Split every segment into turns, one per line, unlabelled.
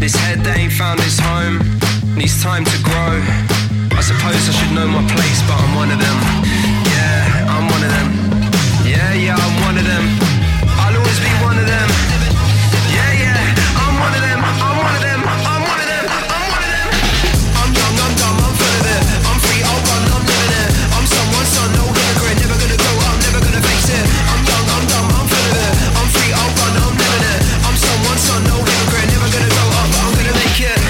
his head that ain't found his home. Needs time to grow. I suppose I should know my place, but I'm one of them. Yeah, I'm one of them. Yeah, yeah, I'm one of them. I'll always be one of them. Yeah, yeah, I'm one of them. I'm one of them. I'm one of them. I'm one of them. I'm young, I'm dumb, I'm full of it. I'm free, I'll run, I'm living it. I'm someone's son, no hypocrite. Never gonna go, I'm never gonna face it. I'm young, I'm dumb, I'm full of it. I'm free, I'll run, I'm living it. I'm someone's son, no hypocrite. Never gonna go up, but I'm gonna make it.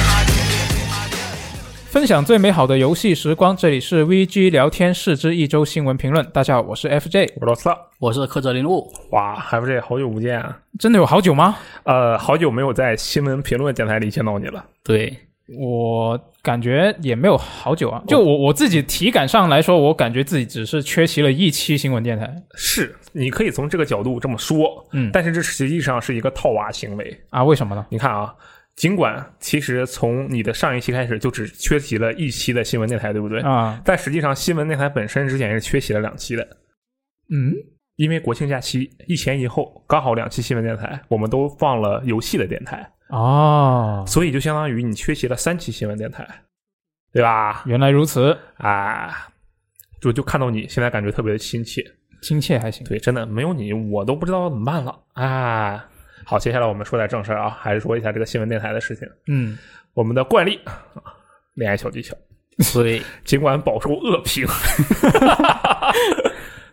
分享最美好的游戏时光，这里是 VG 聊天室之一周新闻评论。大家好，我是 FJ。
我罗斯特，
我是柯泽林路，
哇，还不是好久不见啊！
真的有好久吗？
呃，好久没有在新闻评论电台里见到你了。
对，
我感觉也没有好久啊。就我我自己体感上来说，我感觉自己只是缺席了一期新闻电台
是，你可以从这个角度这么说，
嗯
但是这实际上是一个套娃行为。
啊。为什么呢？
你看啊，尽管其实从你的上一期开始就只缺席了一期的新闻电台，对不对？
啊，
但实际上新闻电台本身之前也是缺席了两期的，
嗯，
因为国庆假期一前一后刚好两期新闻电台，我们都放了游戏的电台，
哦，
所以就相当于你缺席了三期新闻电台，对吧？
原来如此，
啊，就就看到你现在感觉特别的亲切，
亲切还行。
对，真的没有你我都不知道怎么办了啊。好，接下来我们说点正事儿啊，还是说一下这个新闻电台的事情。
嗯，
我们的惯例，恋爱小技巧，
所以
尽管饱受恶 评，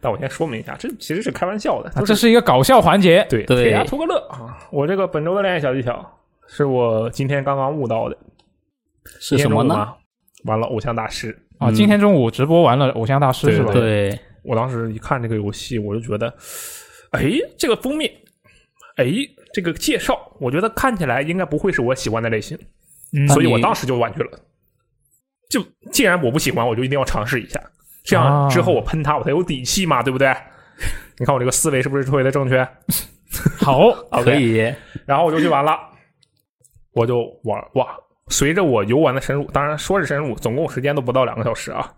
但我先说明一下，这其实是开玩笑的，
啊
就
这是一个搞笑环节。
对
对
给大家图个乐啊。我这个本周的恋爱小技巧是我今天刚刚悟到的，
是
今天
什么
中午
呢？
啊？完了，偶像大师
啊，今天中午直播完了《偶像大师》是吧？
嗯对
对，
我当时一看这个游戏，我就觉得，哎，这个封面，哎，这个介绍，我觉得看起来应该不会是我喜欢的类型，
嗯
所以
那
我
你
当时就婉拒了。就既然我不喜欢，我就一定要尝试一下，这样
啊
之后我喷他，我才有底气嘛，对不对？你看我这个思维是不是特别的正确？
好，
OK
可以，
然后我就去玩了，我就玩哇！随着我游玩的深入，当然说是深入，总共时间都不到两个小时啊。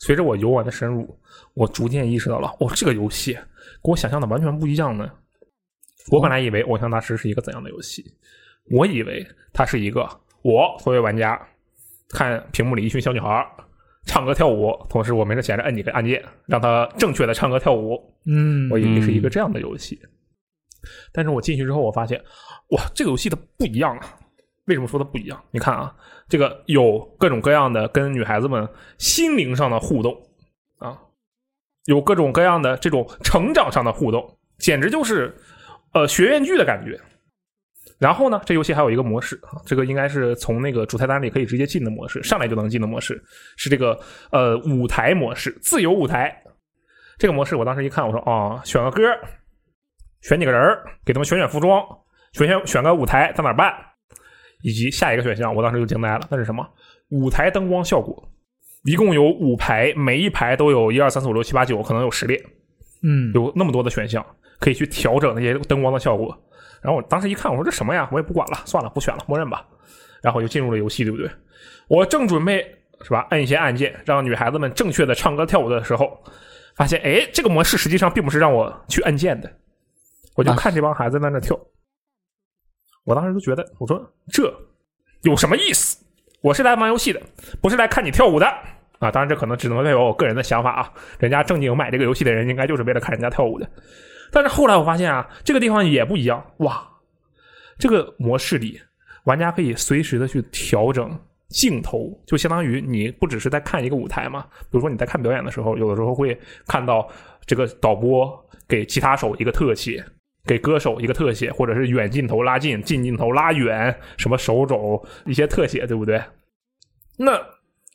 随着我游玩的深入，我逐渐意识到了，哦，这个游戏跟我想象的完全不一样呢。我本来以为《偶像大师》是一个怎样的游戏？我以为它是一个我作为玩家看屏幕里一群小女孩儿唱歌跳舞，同时我没事闲着哎摁几个按键，让她正确的唱歌跳舞。
嗯
我以为是一个
嗯
这样的游戏。但是我进去之后，我发现，哇，这个游戏它不一样啊！为什么说它不一样？你看啊，这个有各种各样的跟女孩子们心灵上的互动啊，有各种各样的这种成长上的互动，简直就是呃学院剧的感觉。然后呢，这游戏还有一个模式啊，这个应该是从那个主菜单里可以直接进的模式，上来就能进的模式是这个呃舞台模式，自由舞台。这个模式我当时一看，我说哦，选个歌，选几个人儿给他们选选服装，选选选个舞台在哪儿办，以及下一个选项，我当时就惊呆了，那是什么？舞台灯光效果，一共有五排，每一排都有一二三四五六七八九，可能有十列，
嗯，
有那么多的选项可以去调整那些灯光的效果。然后我当时一看，我说这什么呀？我也不管了，算了，不选了，默认吧。然后我就进入了游戏，对不对？我正准备是吧，按一些按键，让女孩子们正确的唱歌跳舞的时候，发现哎，这个模式实际上并不是让我去按键的，我就
那是
看这帮孩子在那跳。我当时就觉得，我说这有什么意思？我是来玩游戏的，不是来看你跳舞的啊！当然，这可能只能代表我个人的想法啊。人家正经买这个游戏的人，应该就是为了看人家跳舞的。但是后来我发现啊，这个地方也不一样哇！这个模式里，玩家可以随时的去调整镜头，就相当于你不只是在看一个舞台嘛。比如说你在看表演的时候，有的时候会看到这个导播给吉他手一个特写，给歌手一个特写，或者是远镜头拉近、近镜头拉远，什么手肘一些特写，对不对？那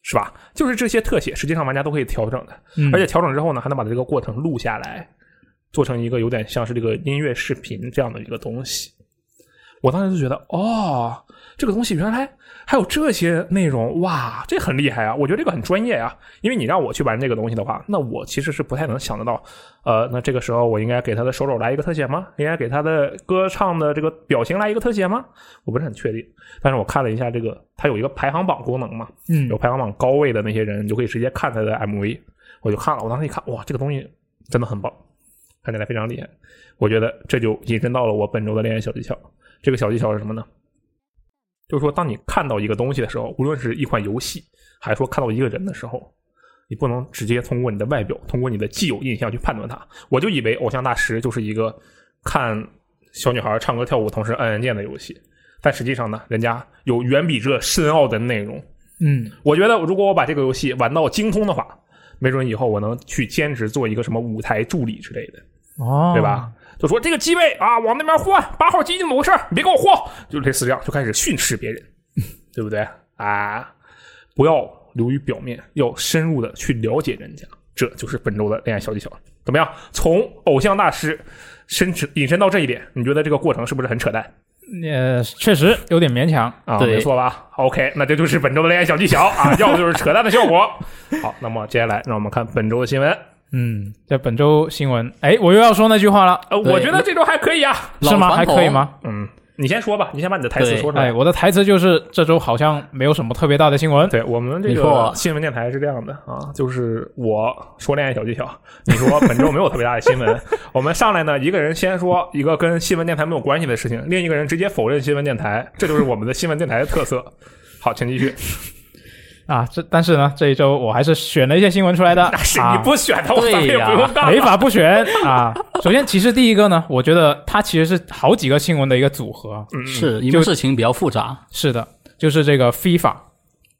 是吧？就是这些特写，实际上玩家都可以调整的。
嗯
而且调整之后呢，还能把这个过程录下来，做成一个有点像是这个音乐视频这样的一个东西。我当时就觉得，哦，这个东西原来还有这些内容，哇，这很厉害啊！我觉得这个很专业啊，因为你让我去玩这个东西的话，那我其实是不太能想得到，呃，那这个时候我应该给他的手肘来一个特写吗？应该给他的歌唱的这个表情来一个特写吗？我不是很确定。但是我看了一下这个，它有一个排行榜功能嘛，
嗯
有排行榜高位的那些人，你就可以直接看他的 MV。我就看了，我当时一看，哇，这个东西真的很棒，看起来非常厉害。我觉得这就引申到了我本周的恋爱小技巧。这个小技巧是什么呢？就是说，当你看到一个东西的时候，无论是一款游戏，还是说看到一个人的时候，你不能直接通过你的外表，通过你的既有印象去判断他。我就以为《偶像大师》就是一个看小女孩唱歌跳舞同时按按键的游戏，但实际上呢，人家有远比这深奥的内容。
嗯，
我觉得如果我把这个游戏玩到精通的话，没准以后我能去兼职做一个什么舞台助理之类的，
哦，
对吧？？就说这个机位啊，往那边换，八号机就么回事儿，你别给我晃，就类似这样，就开始训斥别人，对不对？啊，不要流于表面，要深入的去了解人家，这就是本周的恋爱小技巧。怎么样？从偶像大师深沉引申到这一点，你觉得这个过程是不是很扯淡？
呃，确实有点勉强。
啊，
对
没错吧？OK，那这就是本周的恋爱小技巧 啊，要不就是扯淡的效果。 好，那么接下来让我们看本周的新闻。
嗯，在本周新闻，哎，我又要说那句话了，
呃，
对
我觉得这周还可以啊。
老
是吗？
传
还可以
统
吗？
嗯，你先说吧，你先把你的台词
对
说出来。
哎，我的台词就是这周好像没有什么特别大的新闻。
对我们这
你
个
说啊
新闻电台是这样的啊，就是我说恋爱小技巧， 你说本周没有特别大的新闻。 我们上来呢，一个人先说一个跟新闻电台没有关系的事情，另一个人直接否认新闻电台，这就是我们的新闻电台的特色。好，请继 续。
啊，这但是呢，这一周我还是选了一些新闻出来的。
那是
啊
你不选的，我咱们也
对呀
不用干了。
没法不选啊！首先，其实第一个呢，我觉得它其实是好几个新闻的一个组合。啊
嗯，嗯
是因为事情比较复杂，
是的，就是这个 FIFA。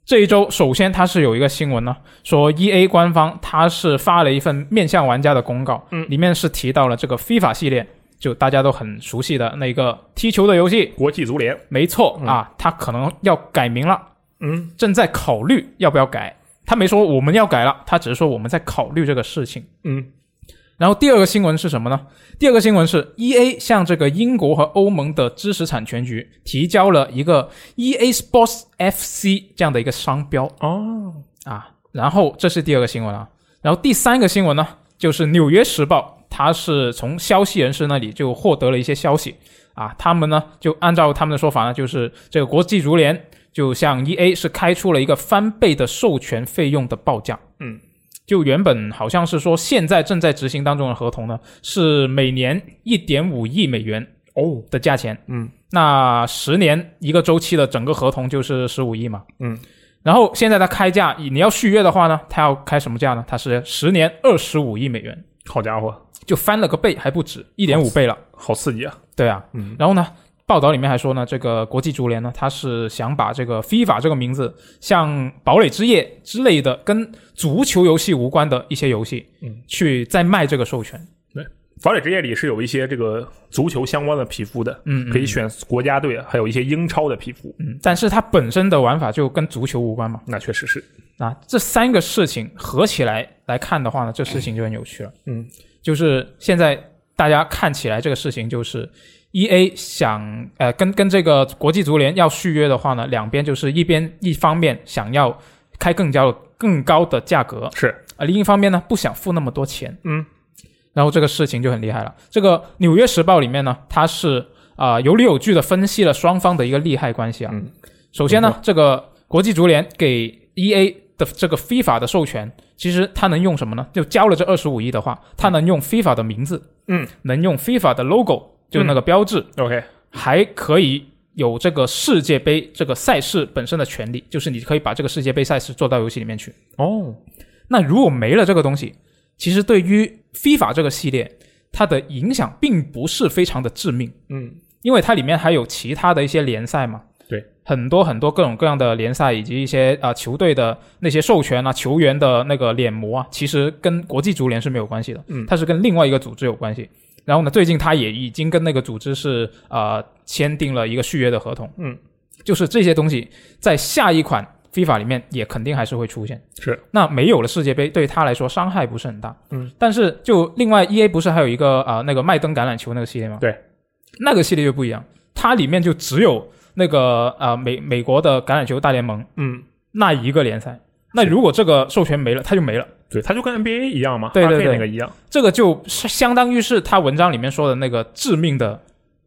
这一周，首先它是有一个新闻呢，说 E A 官方它是发了一份面向玩家的公告，
嗯
里面是提到了这个 FIFA 系列，就大家都很熟悉的那个踢球的游戏，
国际足联，
没错啊，它可能要改名了，
嗯，
正在考虑要不要改。他没说我们要改了，他只是说我们在考虑这个事情。
嗯
然后第二个新闻是什么呢？第二个新闻是 E A 向这个英国和欧盟的知识产权局提交了一个 E A Sports F C 这样的一个商标
哦，
啊。然后这是第二个新闻啊。然后第三个新闻呢，就是《纽约时报》，它是从消息人士那里就获得了一些消息啊。他们呢就按照他们的说法呢，就是这个国际足联就向 E A 是开出了一个翻倍的授权费用的报价。
嗯，
就原本好像是说现在正在执行当中的合同呢，是每年一点五亿美元
哦，
的价钱。
嗯，
那十年一个周期的整个合同就是十五亿嘛。
嗯，
然后现在它开价，你要续约的话呢，它要开什么价呢？它是十年二十五亿美元，
好家伙，
就翻了个倍还不止，一点五倍了。
好刺激啊！
对啊，
嗯
然后呢，报道里面还说呢，这个国际足联呢，它是想把这个 FIFA 这个名字，像堡垒之夜之类的跟足球游戏无关的一些游戏，
嗯，
去再卖这个授权。
堡垒之夜里是有一些这个足球相关的皮肤的，
嗯，嗯
可以。选国家队，啊还有一些英超的皮肤。
嗯，但是它本身的玩法就跟足球无关嘛。
那确实是，
啊，这三个事情合起来来看的话呢，这事情就很有趣了。
嗯，
就是现在大家看起来这个事情就是 E A 想呃跟跟这个国际足联要续约的话呢，两边就是一边一方面想要开更高更高的价格，
是
啊，另一方面呢不想付那么多钱，
嗯，
然后这个事情就很厉害了。这个《纽约时报》里面呢，它是啊、有理有据的分析了双方的一个利害关系啊。
嗯
首先
没
呢，这个国际足联给 E A 的这个 FIFA 的授权，其实它能用什么呢？就交了这二十五亿的话，它能用 FIFA 的名字，
嗯，
能用 FIFA 的 logo，就是那个标志，
OK，
还可以有这个世界杯这个赛事本身的权利，就是你可以把这个世界杯赛事做到游戏里面去。
哦，
那如果没了这个东西，其实对于 FIFA 这个系列，它的影响并不是非常的致命，
嗯，
因为它里面还有其他的一些联赛嘛。
对，
很多很多各种各样的联赛，以及一些啊、球队的那些授权啊、球员的那个脸模啊，其实跟国际足联是没有关系的，
嗯
它是跟另外一个组织有关系。然后呢，最近他也已经跟那个组织是啊签订了一个续约的合同，
嗯，
就是这些东西在下一款 FIFA 里面也肯定还是会出现。
是，
那没有了世界杯，对他来说伤害不是很大。
嗯，
但是就另外 E A 不是还有一个啊、呃那个麦登橄榄球那个系列吗？
对，
那个系列就不一样，它里面就只有那个啊、呃美美国的橄榄球大联盟
嗯，
那一个联赛。那如果这个授权没了，它就没了。
对，它就跟 NBA 一样嘛，
对对
8K
对
那个一样。
这个就是相当于是他文章里面说的那个致命的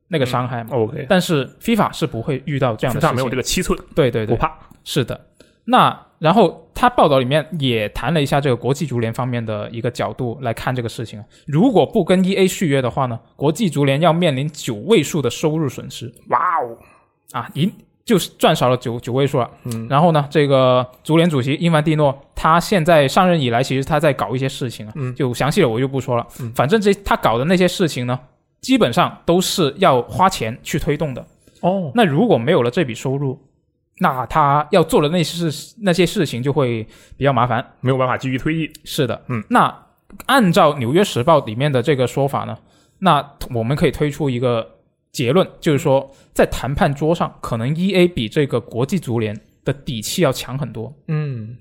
那个伤害嘛。
嗯 OK，
但是 FIFA 是不会遇到这样的事
上
情，
没有这个七寸，
对对
不
对，
怕。
是的，那然后他报道里面也谈了一下这个国际足联方面的一个角度来看这个事情啊。如果不跟 E A 续约的话呢，国际足联要面临九位数的收入损失
哇哦，
啊！一就是赚少了九九位数了。
嗯
然后呢，这个足联主席伊凡蒂诺，他现在上任以来，其实他在搞一些事情啊，
嗯
就详细的我就不说了。
嗯
反正这他搞的那些事情呢，基本上都是要花钱去推动的。
哦，
那如果没有了这笔收入，那他要做的那些事那些事情就会比较麻烦。
没有办法继续推进。
是的，
嗯，
那按照《纽约时报》里面的这个说法呢，那我们可以推出一个结论，就是说，在谈判桌上，可能 E A 比这个国际足联的底气要强很多。
嗯，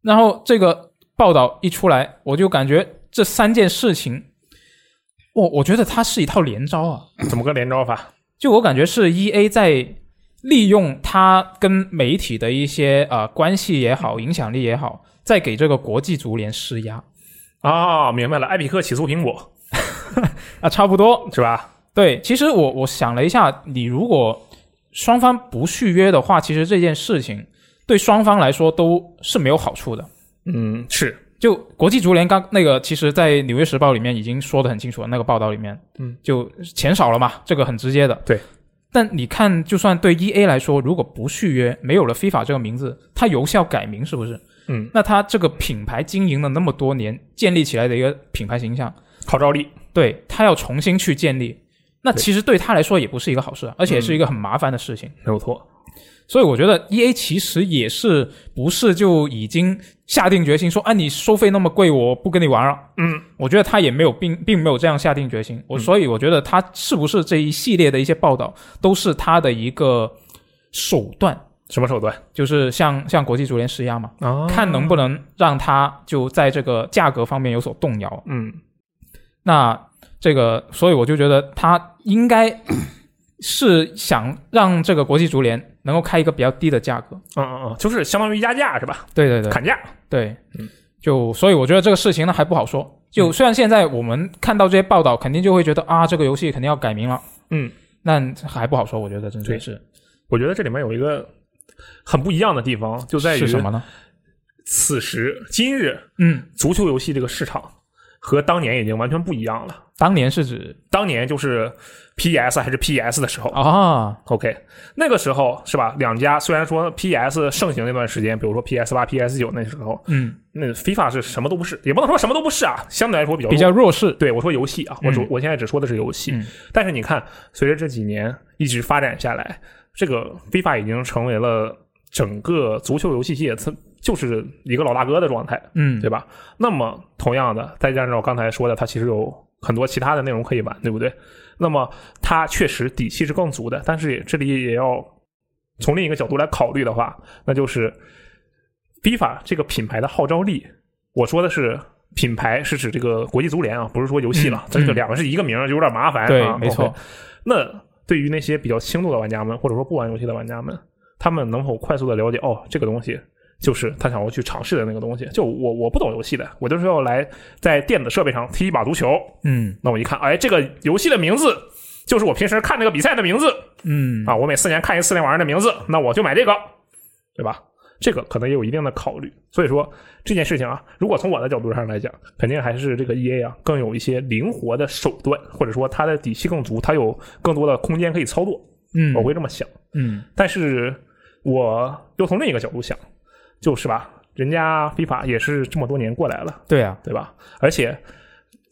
然后这个报道一出来，我就感觉这三件事情，我我觉得它是一套连招啊，
怎么个连招法？
就我感觉是 E A 在利用他跟媒体的一些呃关系也好，影响力也好，在给这个国际足联施压
啊，明白了，艾比克起诉苹果
啊，差不多
是吧？
对，其实我我想了一下，你如果双方不续约的话，其实这件事情对双方来说都是没有好处的。
嗯，是，
就国际足联刚那个，其实，在《纽约时报》里面已经说的很清楚了，那个报道里面，
嗯，
就钱少了嘛，这个很直接的。
对。
但你看，就算对 E A 来说，如果不续约，没有了 FIFA 这个名字，它有效改名是不是？
嗯，
那它这个品牌经营了那么多年，建立起来的一个品牌形象，
号召力。
对他要重新去建立，那
对嗯
其实对他来说也不是一个好事，啊而且是一个很麻烦的事情。
没有错，
所以我觉得 E A 其实也是不是就已经下定决心说，啊，你收费那么贵，我不跟你玩了。啊
嗯，
我觉得他也没有并并没有这样下定决心。我、所以我觉得他是不是这一系列的一些报道都是他的一个手段，
什么手段
就是向向国际足联施压嘛，
啊
看能不能让他就在这个价格方面有所动摇。
嗯，
那这个，所以我就觉得他应该是想让这个国际足联能够开一个比较低的价格。
嗯嗯嗯，就是相当于压价是吧？
对对对，
砍价。
对
嗯，
就所以我觉得这个事情呢还不好说。就虽然现在我们看到这些报道，肯定就会觉得啊，这个游戏肯定要改名了。
嗯，
那还不好说，我觉得真的是
我觉得这里面有一个很不一样的地方，就在于
是什么呢？
此时今日
嗯，
足球游戏这个市场和当年已经完全不一样了。
当年是指
当年就是 PS 还是 PS 的时候
啊，
，OK，那个时候是吧？两家虽然说 PS 盛行那段时间，比如说 PS 八、PS 九那时候，
嗯，
那 FIFA 是什么都不是，也不能说什么都不是啊，相对来说比较
比较弱势。
对我说游戏啊，我主、
嗯
我现在只说的是游戏，
嗯
但是你看，随着这几年一直发展下来，这个 FIFA 已经成为了整个足球游戏界，它就是一个老大哥的状态，
嗯，
对吧？那么同样的，再加上我刚才说的，它其实有很多其他的内容可以玩，对不对？那么它确实底气是更足的，但是也这里也要从另一个角度来考虑的话，那就是 FIFA 这个品牌的号召力。我说的是品牌，是指这个国际足联啊，不是说游戏了。这个两个是一个名儿，就有点麻烦、啊。
对，没错
OK。那对于那些比较轻度的玩家们，或者说不玩游戏的玩家们，他们能否快速的了解哦，这个东西就是他想要去尝试的那个东西？就我我不懂游戏的，我就是要来在电子设备上踢一把足球。
嗯
那我一看，哎，这个游戏的名字就是我平时看那个比赛的名字
嗯
啊，我每四年看一次那玩意儿的名字，那我就买这个，对吧？这个可能也有一定的考虑，所以说这件事情啊，如果从我的角度上来讲，肯定还是这个 E A 啊更有一些灵活的手段，或者说它的底气更足，它有更多的空间可以操作，
嗯，
我会这么想。
嗯
但是我又从另一个角度想，就是吧，人家 FIFA 也是这么多年过来了，
对啊，
对吧？而且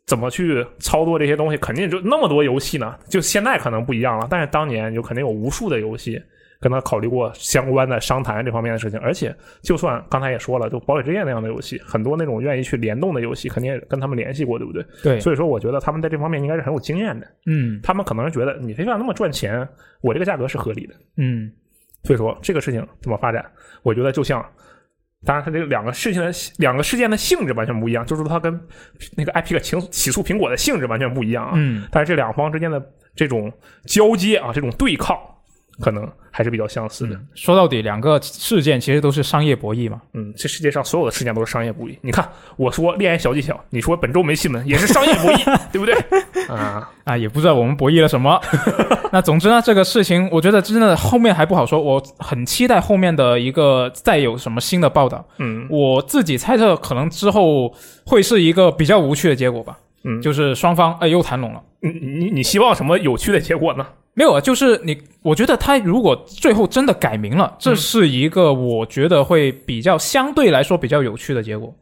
怎么去操作这些东西，肯定就那么多游戏呢。就现在可能不一样了，但是当年有肯定有无数的游戏跟他考虑过相关的商谈这方面的事情。而且就算刚才也说了，就堡垒之夜那样的游戏，很多那种愿意去联动的游戏，肯定也跟他们联系过，对不对？
对，
所以说，我觉得他们在这方面应该是很有经验的。
嗯
他们可能是觉得你非法那么赚钱，我这个价格是合理的。
嗯
所以说这个事情怎么发展，我觉得就像，当然它这个两个事情的两个事件的性质完全不一样，就是说它跟那个 IP 起起诉苹果的性质完全不一样啊。
嗯，
但是这两方之间的这种交接啊，这种对抗，可能还是比较相似的。
说到底，两个事件其实都是商业博弈嘛。
嗯，这世界上所有的事件都是商业博弈。你看，我说恋爱小技巧，你说本周没新闻，也是商业博弈，对不对？啊，
啊，也不知道我们博弈了什 么。那总之呢，这个事情我觉得真的后面还不好说，我很期待后面的一个再有什么新的报道。
嗯
我自己猜测，可能之后会是一个比较无趣的结果吧，
嗯，
就是双方哎又谈拢了。
你你你希望什么有趣的结果呢？
没有啊，就是你，我觉得他如果最后真的改名了，
嗯
这是一个我觉得会比较相对来说比较有趣的结果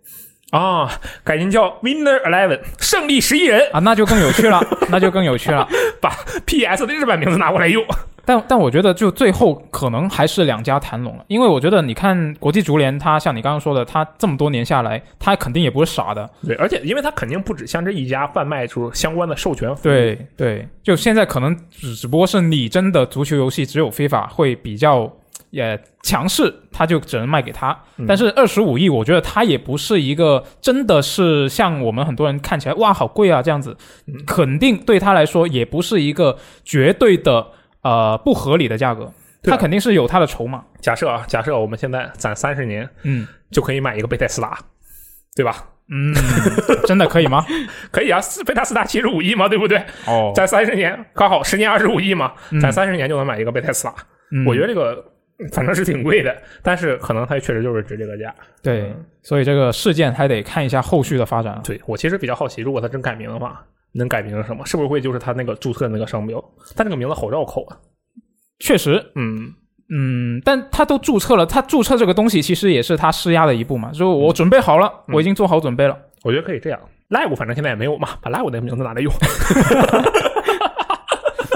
啊，改名叫 Winner Eleven 胜利十一人，
啊，那就更有趣 了，那就更有趣了。
把 PS 的日版名字拿过来用。
但但我觉得，就最后可能还是两家谈拢了，因为我觉得你看国际足联，他像你刚刚说的，他这么多年下来，他肯定也不是傻的，
对，而且因为它肯定不止像这一家贩卖出相关的授权服务，
对对，就现在可能只只不过是你真的足球游戏只有非法会比较也强势，他就只能卖给他。
嗯
但是二十五亿，我觉得它也不是一个真的是像我们很多人看起来哇好贵啊这样子，
嗯
肯定对他来说也不是一个绝对的呃不合理的价格，
对
他
啊
肯定是有他的筹码。
假设啊，假设我们现在攒三十年
嗯
就可以买一个贝泰斯达，对吧？
嗯，真的可以 吗？
可以啊，四贝塔斯达七十五亿嘛，对不对？
哦
攒三十年，刚好十年二十五亿嘛，
嗯
攒三十年就能买一个贝泰斯达。
嗯
我觉得这个反正是挺贵的，但是可能它确实就是值这个价。
对，嗯所以这个事件还得看一下后续的发展啊。
对我其实比较好奇，如果它真改名的话，能改名是什么？是不是会就是它那个注册的那个商标？但这个名字好绕口啊。
确实，
嗯，
嗯，但他都注册了，他注册这个东西其实也是他施压的一步嘛。就我准备好了，
嗯
我已经做好准备了。
我觉得可以这样。Live 反正现在也没有嘛，把 Live 那个名字拿来用。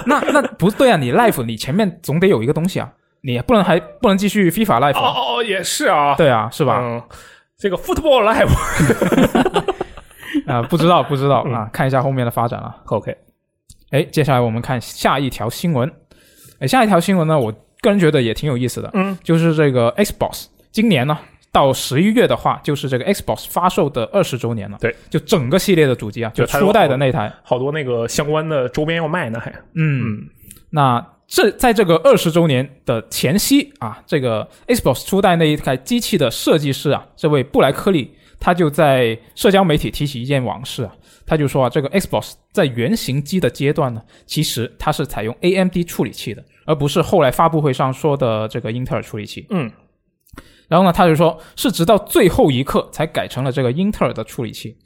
那 那不对啊，你 life 你前面总得有一个东西啊，你不能还不能继续 FIFA life，、啊、
哦哦，也是啊，
对啊，是吧？啊、
嗯，这个 Football Live
不知道不知道
嗯
啊，看一下后面的发展啊。
OK，
哎，接下来我们看下一条新闻。哎，下一条新闻呢，我个人觉得也挺有意思的，
嗯，
就是这个 Xbox 今年呢。到十一月的话，就是这个 Xbox 发售的二十周年了。
对，
就整个系列的主机啊，就
对它有
初代的那台，
好多那个相关的周边要卖呢，还
嗯，那这在这个二十周年的前夕啊，这个 Xbox 初代那一台机器的设计师啊，这位布莱克利，他就在社交媒体提起一件往事啊，他就说啊，这个 Xbox 在原型机的阶段呢，其实它是采用 AMD 处理器的，而不是后来发布会上说的这个英特尔处理器。
嗯。
然后呢，他就说是直到最后一刻才改成了这个英特尔的处理器。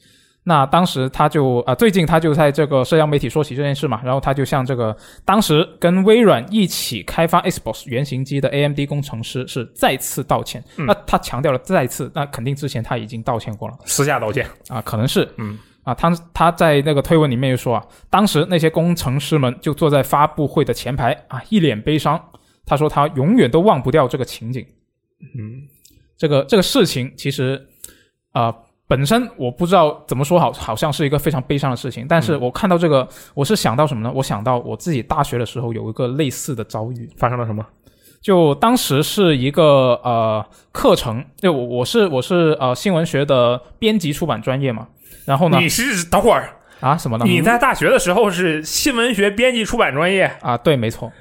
那当时他就啊、最近他就在这个社交媒体说起这件事嘛，然后他就向这个当时跟微软一起开发 Xbox 原型机的 AMD 工程师是再次道歉。那他强调了再次，那肯定之前他已经道歉过了
私下道歉。
啊，可能是
嗯
啊，他他在那个推文里面就说啊，当时那些工程师们就坐在发布会的前排啊，一脸悲伤。他说他永远都忘不掉这个情景。
嗯，
这个这个事情其实啊、呃本身我不知道怎么说好，好像是一个非常悲伤的事情。但
嗯
是我看到这个，我是想到什么呢？我想到我自己大学的时候有一个类似的遭遇。
发生了什么？
就当时是一个呃课程，就我我是我是呃新闻学的编辑出版专业嘛。然后呢
你是等会儿
啊什么呢？
你在大学的时候是新闻学编辑出版专业，
啊，对，没错，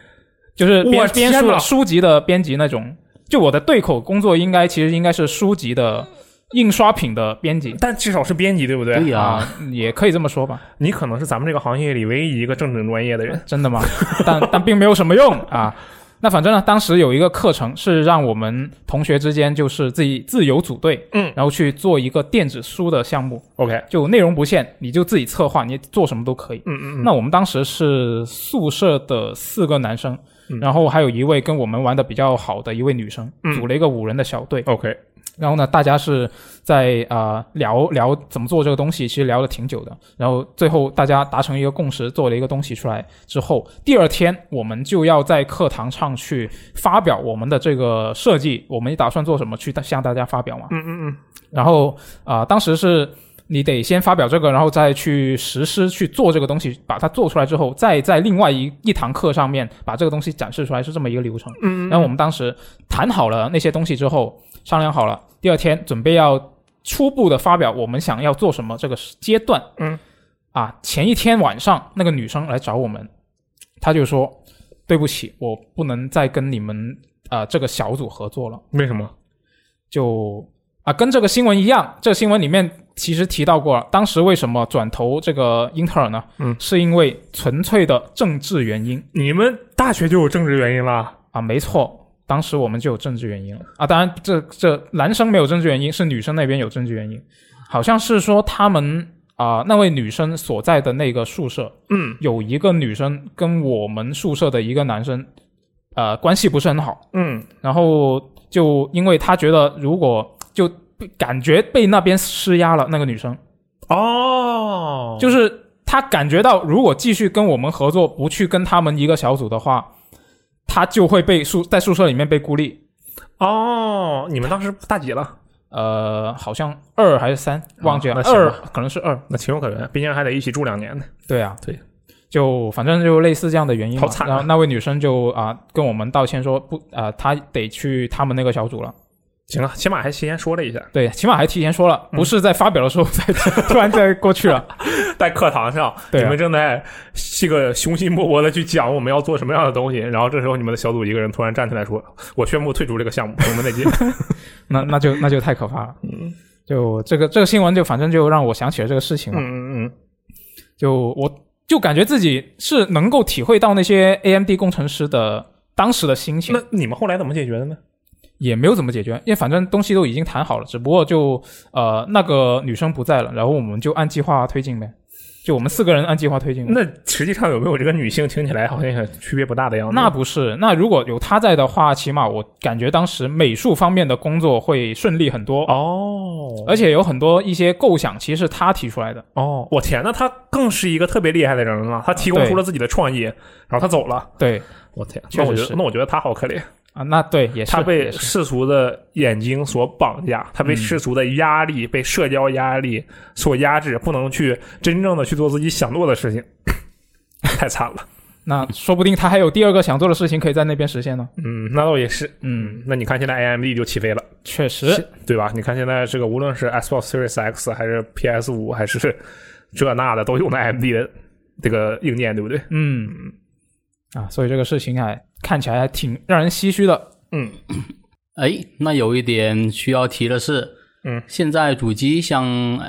就是
我
编
天
编书
哪
书籍的编辑那种。就我的对口工作应该其实应该是书籍的印刷品的编辑
但至少是编辑，对不对？
对呀、
啊，也可以这么说吧。
你可能是咱们这个行业里唯一一个正经专业的人。
真的 吗？但但并没有什么用啊。那反正呢，当时有一个课程是让我们同学之间就是自己自由组队，
嗯
然后去做一个电子书的项目，
OK，
就内容不限，你就自己策划，你做什么都可以。
嗯嗯嗯，
那我们当时是宿舍的四个男生，然后还有一位跟我们玩的比较好的一位女生，
嗯
组了一个五人的小队。
OK，
然后呢，大家是在啊、呃聊聊怎么做这个东西，其实聊了挺久的。然后最后大家达成一个共识，做了一个东西出来之后，第二天我们就要在课堂上去发表我们的这个设计，我们打算做什么去向大家发表嘛。
嗯嗯嗯，
然后啊、呃当时是你得先发表这个，然后再去实施去做这个东西，把它做出来之后，再在另外一一堂课上面把这个东西展示出来，是这么一个流程。嗯，然后我们当时谈好了那些东西之后，商量好了，第二天准备要初步的发表我们想要做什么这个阶段。
嗯，
啊，前一天晚上那个女生来找我们，她就说：“对不起，我不能再跟你们啊、呃这个小组合作了。”
为什么？
就啊，跟这个新闻一样，这个新闻里面其实提到过了，当时为什么转投这个英特尔呢？
嗯
是因为纯粹的政治原因
你们大学就有政治原因啦？
啊，没错。当时我们就有政治原因了啊，当然这这男生没有政治原因，是女生那边有政治原因，好像是说他们啊、那位女生所在的那个宿舍
嗯
有一个女生跟我们宿舍的一个男生，呃，关系不是很好，
嗯
然后就因为她觉得如果就感觉被那边施压了，那个女生
哦，
就是她感觉到如果继续跟我们合作，不去跟他们一个小组的话，她就会被宿在宿舍里面被孤立。
哦，你们当时大几了？
呃，好像二还是三，忘记了，
啊那行
二
吧
可能是二。
那情有可原，毕竟还得一起住两年呢。
对啊，
对，
就反正就类似这样的原因嘛
好。惨啊
然后那位女生就啊、跟我们道歉说不啊、她得去他们那个小组了。
行了，起码还提前说了一下，
对，起码还提前说
嗯
了，不是在 发表的时候再突然再过去了。
在课堂上，
对啊
你们正在这个雄心勃勃的去讲我们要做什么样的东西，然后这时候你们的小组一个人突然站起来说：“我宣布退出这个项目，我们再见。
那那就那就太可怕了。就这个这个新闻，就反正就让我想起了这个事”情 嘛。
嗯嗯嗯，
就我就感觉自己是能够体会到那些 AMD 工程师的当时的心情
那，你们后来怎么解决的呢？
也没有怎么解决，因为反正东西都已经谈好了，只不过就呃那个女生不在了，然后我们就按计划推进呗。就我们四个人按计划推进呗。
那实际上有没有这个女性听起来好像也区别不大的样子？
那不是，那如果有她在的话，起码我感觉当时美术方面的工作会顺利很多。
哦
而且有很多一些构想，其实是他提出来的。
哦，我天，那他更是一个特别厉害的人了，他提供
对
出了自己的创意，然后他走了。
对
我天，
确
那
实
我觉
是
得，那我觉得他好可怜，
啊，那对也是
他被
也是嗯
世俗的眼睛所绑架，他被世俗的压力、被社交压力所压制，不能去真正的去做自己想做的事情， 太惨了。
那说不定他还有第二个想做的事情可以在那边实现呢。
嗯，那倒也是。
嗯，
那你看现在 AMD 就起飞了，
确实，
对吧？你看现在这个无论是 Xbox Series X 还是 PS 五还是这那的，都用的 AMD 的这个硬件，对不对？
嗯，啊，所以这个事情还看起来还挺让人唏嘘的。
嗯，
哎，那有一点需要提的是，
嗯，
现在主机像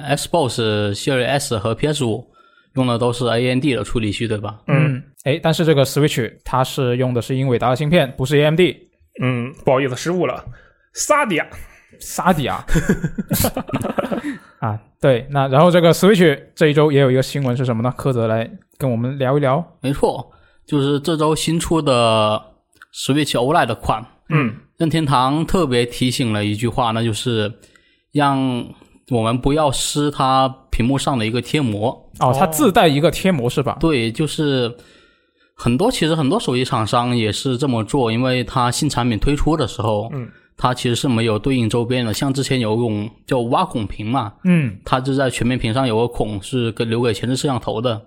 Xbox Series S 和 PS 五用的都是 AMD 的处理器，对吧？
嗯，哎，但是这个 Switch 它是用的是英伟达的芯片，不是 AMD。
嗯，不好意思，失误了。萨迪亚，
沙迪啊， 啊，对，那然后这个 Switch 这一周也有一个新闻是什么呢？柯泽来跟我们聊一聊。
没错，就是这周新出的 Switch OLED 款，
嗯，
任天堂特别提醒了一句话，那就是让我们不要撕它屏幕上的一个贴膜。
哦，它自带一个贴膜是吧？
对，就是很多其实很多手机厂商也是这么做，因为它新产品推出的时候，嗯，它其实是没有对应周边的，像之前有种叫挖孔屏嘛，
嗯，
它就在全面屏上有个孔是给留给前置摄像头的，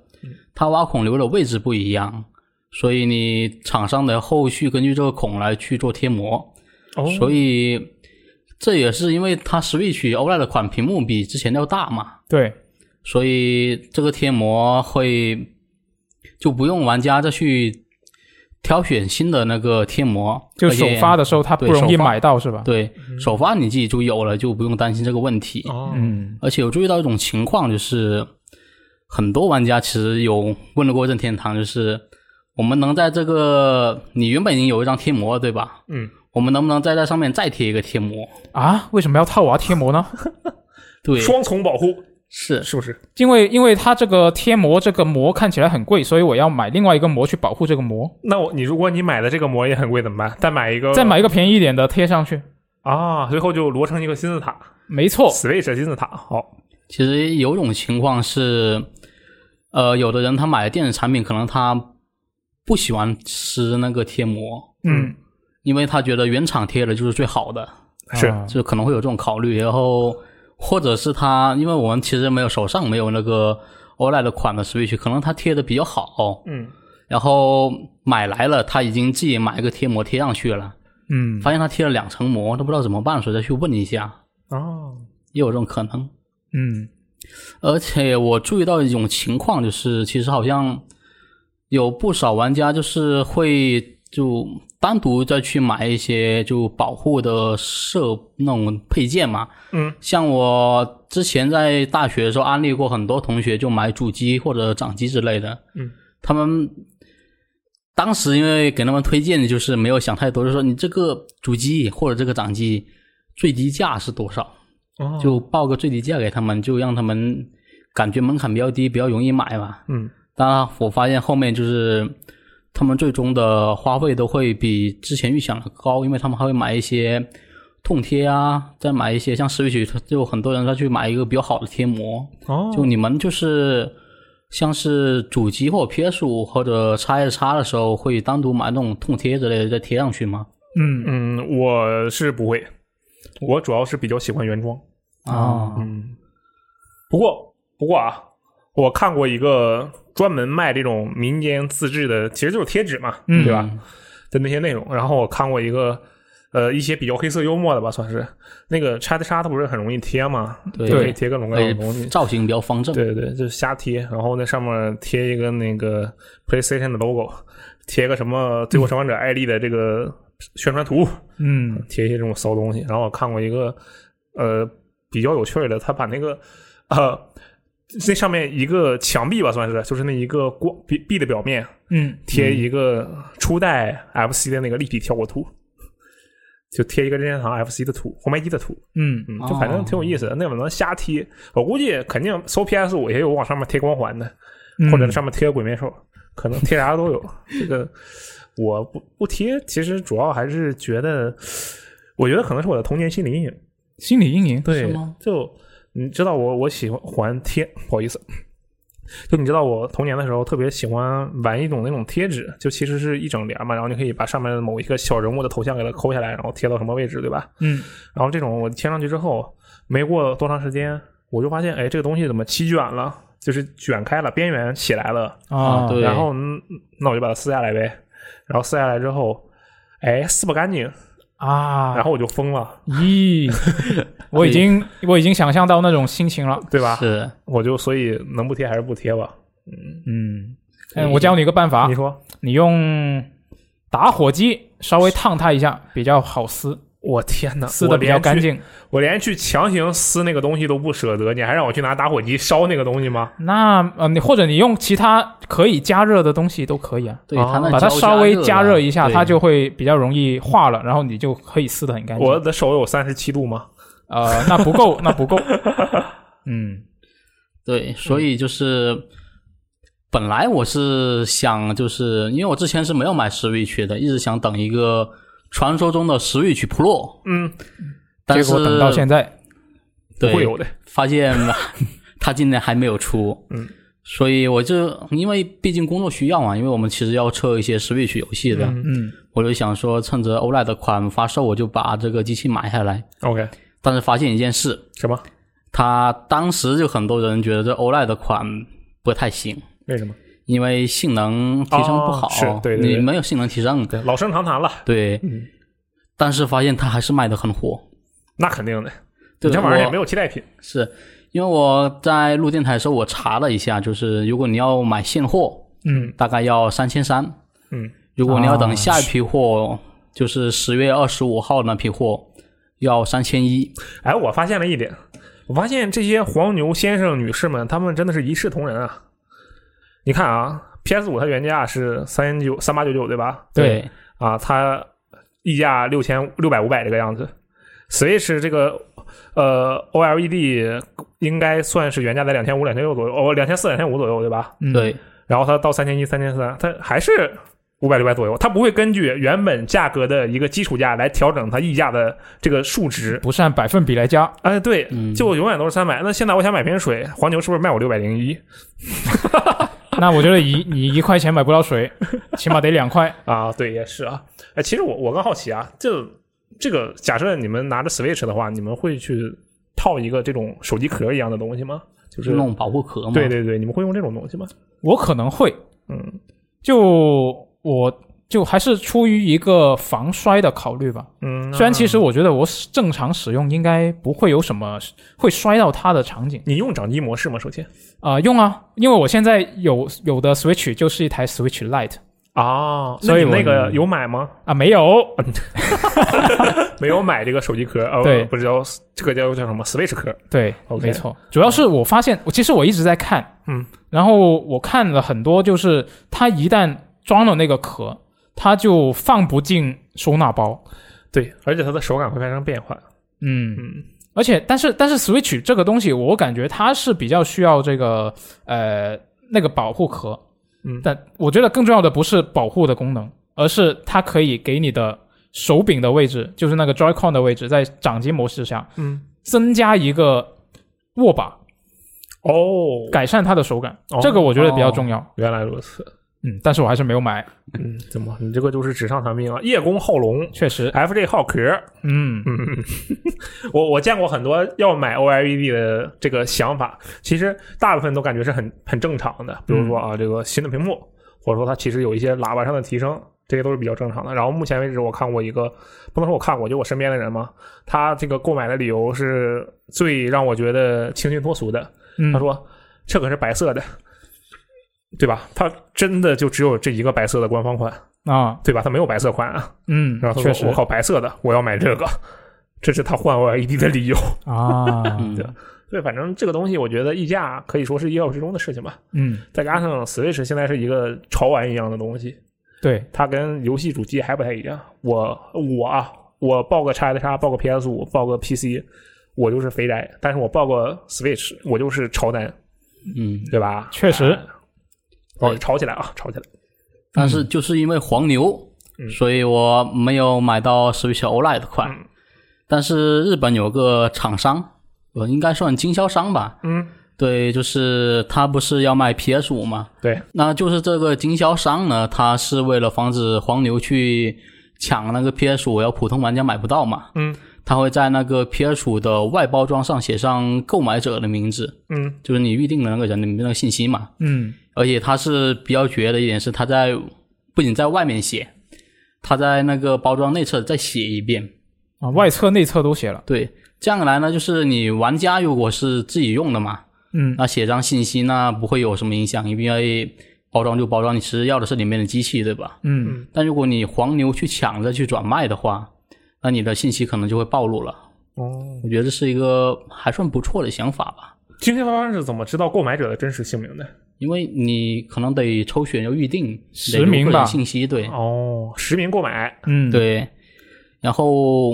它挖孔留的位置不一样，所以你厂商得后续根据这个孔来去做贴膜，
哦
所以这也是因为它 Switch OLED 的款屏幕比之前要大嘛，
对，
所以这个贴膜会就不用玩家再去挑选新的那个贴膜，
就
而
首
且
发的嗯时候它不
对
容易
首发
买到是吧？
对首发你自己就有了，就不用担心这个问题。
哦
嗯，
而且我注意到一种情况，就是很多玩家其实有问过任天堂，就是我们能在这个你原本已经有一张贴膜了对吧？
嗯，
我们能不能再在上面再贴一个贴膜？
啊，为什么要套娃贴膜呢？
对，
双重保护
是
是不是？
因为因为它这个贴膜这个膜看起来很贵，所以我要买另外一个膜去保护这个膜，
那我你如果你买的这个膜也很贵怎么办？再买一个，
再买一个便宜一点的贴上去。
啊，最后就摞成一个金字塔
没错，
，Switch 的金字塔。好，
其实有种情况是，呃，有的人他买了电子产品，可能他不喜欢撕那个贴膜，
嗯，
因为他觉得原厂贴的就是最好的，
是
啊
就可能会有这种考虑。然后或者是他，因为我们其实没有手上没有那个 OLED 的款的 Switch，可能他贴的比较好，
嗯，
然后买来了，他已经自己买一个贴膜贴上去了，
嗯，
发现他贴了两层膜，都不知道怎么办，所以再去问一下，
啊，
也有这种可能。
嗯，
而且我注意到一种情况，就是其实好像有不少玩家就是会就单独再去买一些就保护的设那种配件嘛。
嗯，
像我之前在大学的时候安利过很多同学就买主机或者掌机之类的。
嗯，
他们。当时因为给他们推荐的就是没有想太多，就说你这个主机或者这个掌机最低价是多少，
哦
就报个最低价给他们，就让他们感觉门槛比较低，比较容易买嘛。
嗯，
当然，我发现后面就是他们最终的花费都会比之前预想的高，因为他们还会买一些痛贴啊，再买一些像 Switch，就很多人他去买一个比较好的贴膜。
哦，
就你们就是像是主机或者 PS 五或者 x S x 的时候，会单独买那种痛贴之类的再贴上去吗？
嗯，
嗯，我是不会，我主要是比较喜欢原装。
啊、
嗯，不过不过啊，我看过一个专门卖这种民间自制的，其实就是贴纸嘛，
嗯
对吧？的那些内容。然后我看过一个，呃，一些比较黑色幽默的吧，算是那个拆的沙，它不是很容易贴嘛，
对
就可以贴各种各样的
哎
东西。
造型比较方 正。
对对对，就是瞎贴，然后那上面贴一个那个 PlayStation 的 logo，贴个什么《最后生还者》艾丽的这个宣传图，
嗯，
贴一些这种骚东西。然后我看过一个呃比较有趣儿的，他把那个呃那上面一个墙壁吧，算是就是那一个光壁壁的表面
嗯，
贴一个初代 FC 的那个立体效果图。就贴一个任天堂 FC 的图，红白机的图，
嗯，哦
嗯，就反正挺有意思的。那可能瞎贴，我估计肯定搜 PS 五也有往上面贴光环的，
嗯
或者上面贴个鬼面兽，可能贴啥都有。这个我不不贴，其实主要还是觉得，我觉得可能是我的童年心理阴影。
心理阴影，
对
是吗，
就你知道我我喜欢贴，不好意思，就你知道我童年的时候特别喜欢玩一种那种贴纸，就其实是一整联嘛，然后你可以把上面某一个小人物的头像给它抠下来，然后贴到什么位置，对吧？
嗯
然后这种我贴上去之后，没过多长时间，我就发现，哎，这个东西怎么起卷了？就是卷开了，边缘起来了。
啊，
啊对
然后嗯那我就把它撕下来呗。然后撕下来之后，哎，撕不干净，
啊，
然后我就疯了，
咦， 我已经我已经想象到那种心情了。
对吧？
是，
我就所以能不贴还是不贴吧。
嗯，嗯，我教你一个办法
你，说
你用打火机稍微烫它一下比较好撕，
我天哪，
撕
我
的比
连
较干
去，
净。
我连去强行撕那个东西都不舍得，你还让我去拿打火机烧那个东西吗？
那呃，你或者你用其他可以加热的东西都可以啊，
对、
哦
它那
把它
胶
稍微加热
热
一下，它就会比较容易化了，然后你就可以撕的很干净。
我的手有三十七度吗？
呃，那不够，那不够。 嗯
对，所以就是、本来我是想，就是因为我之前是没有买 Switch 的，一直想等一个传说中的 Switch Pro，
嗯，
但
结
是
果等到现在，
不
对
会有的。
发现 它今年还没有出，
嗯，
所以我就因为毕竟工作需要嘛，因为我们其实要测一些 Switch 游戏的，
嗯
嗯
我就想说趁着 OLED 的款发售，我就把这个机器买下来。
OK，
但是发现一件事，
什么？
它当时就很多人觉得这 OLED 的款不太行，
为什么？
因为性能提升不好，
哦是对对对嗯
你没有性能提升，
老生常谈了，
对但是发现它还是卖的很火，
那肯定的。
对
你这玩意儿也没
有，
有替代品。
是因为我在录电台的时候我查了一下，就是如果你要买现货，
嗯，
大概要三千三，
嗯，
如果你要
啊
等下一批货，就是十月二十五号那批货，要三千一，
哎，我发现了一点，我发现这些黄牛先生女士们，他们真的是一视同仁啊。你看啊，PS 五它原价是三九三八九九对吧？
对
啊，它溢价六千六百五百这个样子。Switch 这个呃 OLED 应该算是原价在两千五、两千六左右，哦，两千四、两千五左右对吧？
嗯
对，
然后它到三千一、三千三，它还是五百六百左右，它不会根据原本价格的一个基础价来调整它溢价的这个数值。
不是按百分比来加，
哎，对，
嗯
就永远都是三百。那现在我想买瓶水，黄牛是不是卖我六百零一
那我觉得一你一块钱买不到水，起码得两块。
啊？对，也是啊。哎，其实我我更好奇啊，就这个假设你们拿着 Switch 的话，你们会去套一个这种手机壳一样的东西吗？就是
那种保护壳嘛，
对对对，你们会用这种东西吗？
我可能会，
嗯，
就我就还是出于一个防摔的考虑吧。
嗯，
虽然其实我觉得我使正常使用应该不会有什么会摔到它的场景
你用掌机模式吗？首先
啊、用啊，因为我现在有有的 Switch 就是一台 Switch Lite
啊，
所以
那你那
我
个有买吗？
啊，没有，
没有买这个手机壳，哦，
对
不知道这个叫叫什么 Switch 壳。
对
OK
没错，主要是我发现，我其实我一直在看，
嗯，
然后我看了很多，就是它一旦装了那个壳，它就放不进收纳包，
对，而且它的手感会发生变化。
嗯，
嗯，
而且，但是但是 Switch 这个东西，我感觉它是比较需要这个呃那个保护壳。
嗯
但我觉得更重要的不是保护的功能，而是它可以给你的手柄的位置，就是那个 Joy-Con 的位置，在掌机模式下
嗯，
增加一个握把，
哦，
改善它的手感。
哦
这个我觉得比较重要。
原来如此。
嗯，但是我还是没有买，
嗯，怎么你这个就是纸上谈兵啊？叶公好龙
确实。
，FJ 好壳。
嗯，
嗯，嗯 嗯我我见过很多要买 OLED 的这个想法，其实大部分都感觉是很很正常的，比如说啊，这个新的屏幕，或者说它其实有一些喇叭上的提升，这些都是比较正常的。然后目前为止，我看过一个，不能说我看过，就我身边的人嘛，他这个购买的理由是最让我觉得清新脱俗的，
嗯
他说这可是白色的。对吧？它真的就只有这一个白色的官方款，
啊，
对吧？它没有白色款啊。
嗯
然，后他
确
说：“
实
我靠，白色的，我要买这个。”这是他换 OLED 的理由。
啊，
嗯，
对 对，反正这个东西，我觉得溢价可以说是意料之中的事情吧。
嗯，
再加上 Switch 现在是一个潮玩一样的东西，
对，
它跟游戏主机还不太一样。我我啊，我报个 x S 叉，报个 PS 五，报个 PC，我就是肥宅；但是我报个 Switch，我就是潮男，
嗯，
对吧？
确实
哎哦，吵起来啊，吵起来！
但是就是因为黄牛，
嗯
所以我没有买到 Switch OLED 款。
嗯
但是日本有个厂商，我应该算经销商吧？
嗯，
对，就是他不是要卖 PS 五吗？
对，
那就是这个经销商呢，他是为了防止黄牛去抢那个 PS 五，要普通玩家买不到嘛。
嗯，
他会在那个 PS 五的外包装上写上购买者的名字，
嗯
就是你预定的那个人的那个信息嘛。
嗯
而且他是比较绝的一点是，他在不仅在外面写，他在那个包装内侧再写一遍。
啊，外侧内侧都写了，
对，这样来呢，就是你玩家如果是自己用的嘛，
嗯
那写张信息那不会有什么影响，因为包装就包装，你其实要的是里面的机器，对吧？
嗯
但如果你黄牛去抢着去转卖的话，那你的信息可能就会暴露了。
哦，
我觉得这是一个还算不错的想法吧，
经销商是怎么知道购买者的真实姓名的？
因为你可能得抽选要预定
实
得留
名
个人
吧
信息，对，
哦，实名购买，
嗯，，
对，然后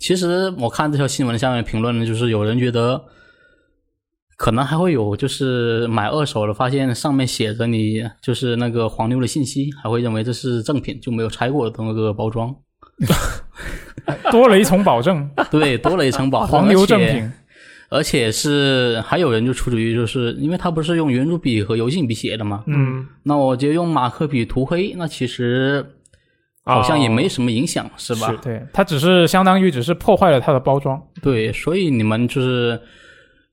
其实我看这条新闻下面评论呢，就是有人觉得可能还会有，就是买二手的，发现上面写着你就是那个黄牛的信息，还会认为这是正品，就没有拆过的那个 包装。
多了一重保证，
对，多了一层保
哦黄牛正品，
而且，而且是还有人就出主意，就是因为他不是用圆珠笔和油性笔写的嘛，
嗯，
那我就用马克笔涂黑，那其实好像也没什么影响，是吧？
对，它只哦是相当于只是破坏了它的包装，
对，所以你们就是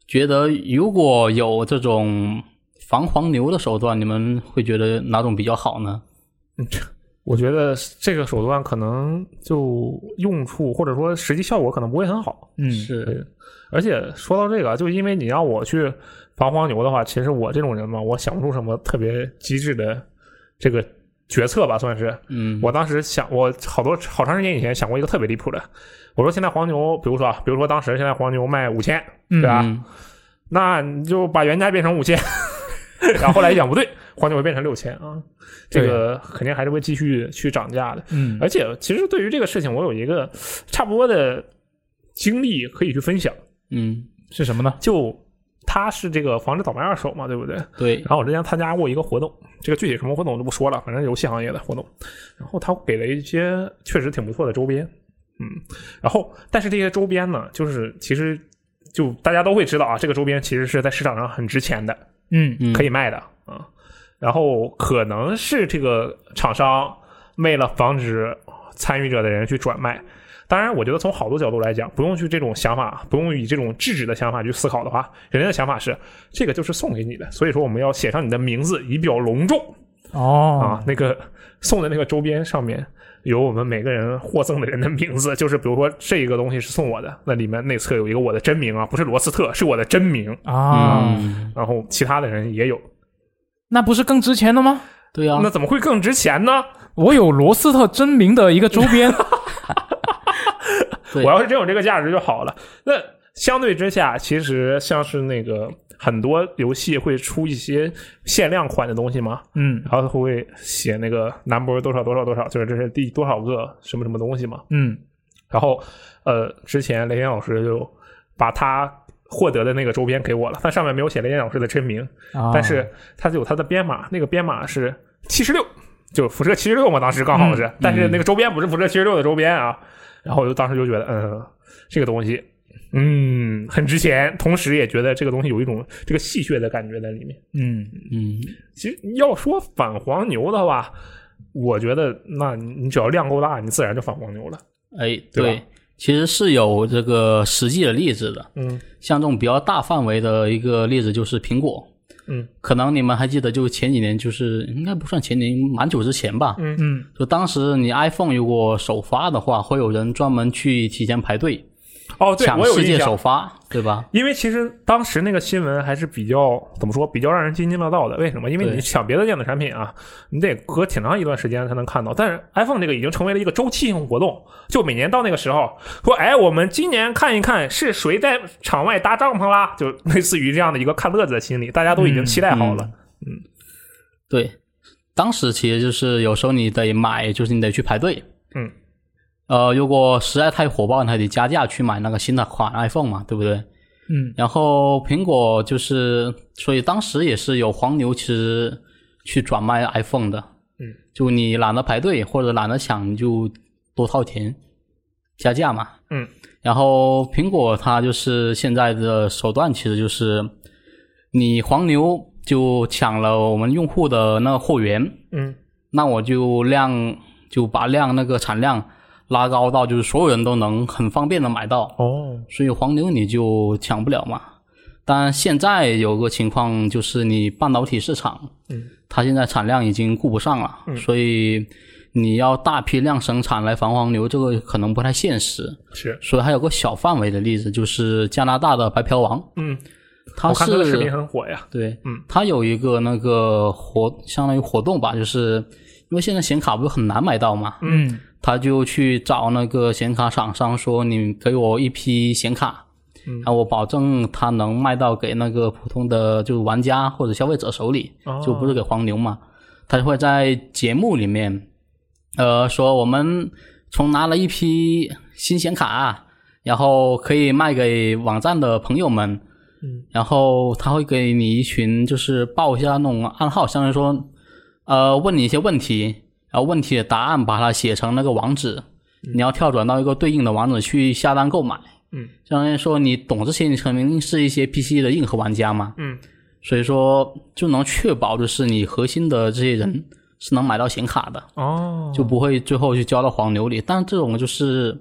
觉得如果有这种防黄牛的手段，你们会觉得哪种比较好呢？
我觉得这个手段可能就用处或者说实际效果可能不会很好。
嗯，
是，
对，而且说到这个，啊就因为你让我去防黄牛的话，其实我这种人嘛，我想不出什么特别机智的这个决策吧，算是。
嗯，
我当时想，我好多好长时间以前想过一个特别离谱的，我说现在黄牛，比如说啊，比如说当时现在黄牛卖五千，
嗯
对吧？
嗯
那你就把原价变成五千。 然后后来一想不对，黄牛会变成六千啊，这个肯定还是会继续去涨价的。
嗯
而且其实对于这个事情，我有一个呃差不多的经历可以去分享。
嗯，
是什么呢？
就它是这个防止倒卖二手嘛，对不对？
对
然，后我之前参加过一个活动，这个具体什么活动我就不说了，反正游戏行业的活动。然后他给了一些确实挺不错的周边，嗯，然后但是这些周边呢，就是其实就大家都会知道啊，这个周边其实是在市场上很值钱的，
嗯
嗯，
可
以，
以卖的啊、然后可能是这个厂商为了防止呃参与者的人去转卖，当然我觉得从好多角度来讲，不用去这种想法，不用以这种制止的想法去思考的话，人家的想法是这个就是送给你的，所以说我们要写上你的名字以表隆重啊
哦，。
那个送的那个周边上面。有我们每个人获赠的人的名字，就是比如说这个东西是送我的，那里面内侧有一个我的真名啊，不是罗斯特，是我的真名。
啊，
嗯，
然后其他的人也有，
那不是更值钱了吗？
对啊
那，怎么会更值钱呢？
我有罗斯特真名的一个周边，
对
我要是真有这个价值就好了。那相对之下，其实像是那个很多游戏会出一些限量款的东西嘛，
嗯
然后会写那个 number 多少多少多少，就是这是第多少个什么什么东西嘛。
嗯
然后呃，之前雷天老师就把他获得的那个周边给我了，但上面没有写雷电老师的真名，
啊
但是它有它的编码，那个编码是七十六，就是辐射七十六嘛，当时刚
嗯
好是，但是那个周边不是辐射七十六的周边啊。然后我就当时就觉得，嗯，这个东西，嗯，很值钱，同时也觉得这个东西有一种这个戏谑的感觉在里面。
嗯，
嗯，
其实要说反黄牛的话，我觉得那你你只要量够大，你自然就反黄牛了。
哎，
对吧
对，其实是有这个实际的例子的。
嗯
像这种比较大范围的一个例子就是苹果，
嗯
可能你们还记得，就前几年，就是应该不算前年，蛮久之前吧。
嗯
嗯，
就当时你 iPhone 如果首发的话，会有人专门去提前排队
哦，对，
抢
我有
世
印
界首
象。
发，对吧？
因为其实当时那个新闻还是比较怎么说，比较让人津津乐道的。为什么？因为
对
你抢别的电子产品啊，你得隔挺长一段时间才能看到。但是 iPhone 这个已经成为了一个周期性活动，就每年到那个时候说，哎，我们今年看一看是谁在场外搭帐篷啦，就类似于这样的一个看乐子的心理，大家都已经期待好了。
对，当时其实就是有时候你得买，就是你得去排队。
嗯。
呃，如果实在太火爆，你还得加价去买那个新的款 iPhone 嘛，对不对？
嗯。
然后苹果就是，所以当时也是有黄牛其实去转卖 iPhone 的。
嗯。
就你懒得排队或者懒得抢，你就多掏钱加价嘛。
嗯。
然后苹果它就是现在的手段，其实就是你黄牛就抢了我们用户的那个货源，
嗯
那我就量就把量那个产量拉高到就是所有人都能很方便的买到，
哦，
所以黄牛你就抢不了嘛。但现在有个情况就是你半导体市场，
嗯，
它现在产量已经顾不上了，所以你要大批量生产来防黄牛，这个可能不太现实。
是，
所以还有个小范围的例子，就是加拿大的白嫖王，
嗯，
他
我
是
看他的视频很火呀。
对，
嗯，
它有一个那个活，相当于活动吧，就是因为现在显卡不是很难买到嘛，
嗯
他就去找那个显卡厂商说，你给我一批显卡，嗯，啊，我保证它能卖到给那个普通的就是玩家或者消费者手里，
哦
就不是给黄牛嘛，他就会在节目里面，呃，说我们从拿了一批新显卡、啊然后可以卖给网站的朋友们，
嗯，
然后他会给你一群就是报一下那种暗号，相当于说，呃，问你一些问题，然后问题的答案把它写成那个网址，你要跳转到一个对应的网址去下单购买，
嗯，
相当于说你懂这些，你肯定是一些 PC 的硬核玩家嘛，
嗯，
所以说就能确保就是你核心的这些人是能买到显卡的，
哦，
就不会最后去交到黄牛里。但是这种就是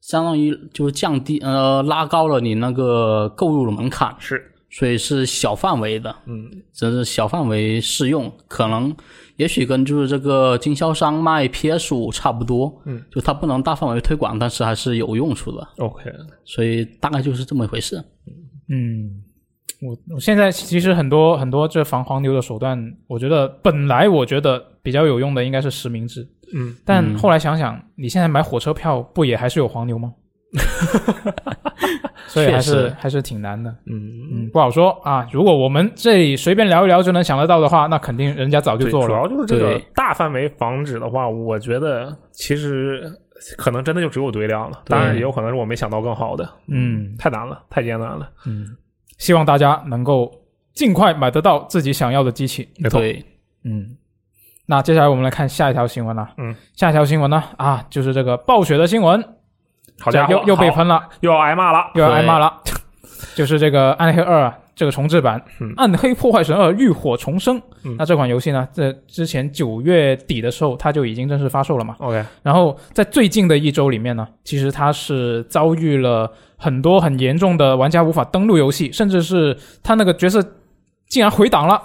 相当于就是降低呃拉高了你那个购入的门槛，
是，
所以是小范围的，
嗯，
只是小范围适用，可能也许跟就是这个经销商卖 PS 五差不多，
嗯，
就它不能大范围推广，但是还是有用处的，
OK，
所以大概就是这么一回事。
嗯，我我现在其实很多很多这防黄牛的手段，我觉得本来我觉得比较有用的应该是实名制，
嗯，
但后来想想，你现在买火车票不也还是有黄牛 吗？所以还
确
是
实
还是挺难的，
嗯，
嗯，不好说啊。如果我们这里随便聊一聊就能想得到的话，那肯定人家早就
对，
做
主
了。
要就是这个
对
大范围防止的话，我觉得其实可能真的就只有堆量了，
对
当然也有可能是我没想到更好的，
嗯
太难了，太艰难了。
嗯，希望大家能够尽快买得到自己想要的机器。
没错，
对，
嗯，那接下来我们来看下一条新闻了。
嗯，
下一条新闻呢啊，就是这个暴雪的新闻，
好家伙，
又又被
好，
喷了，
又要挨骂了。
又要挨骂了。 就是这个《暗黑二》啊这个重置版，
嗯
暗黑破坏神二》浴火重生》
嗯
那这款游戏呢，在之前九月底的时候，它就已经正式发售了嘛。
OK，
然后在最近的一周里面呢，其实它是遭遇了很多很严重的玩家无法登录游戏，甚至是它那个角色竟然回档
啊
了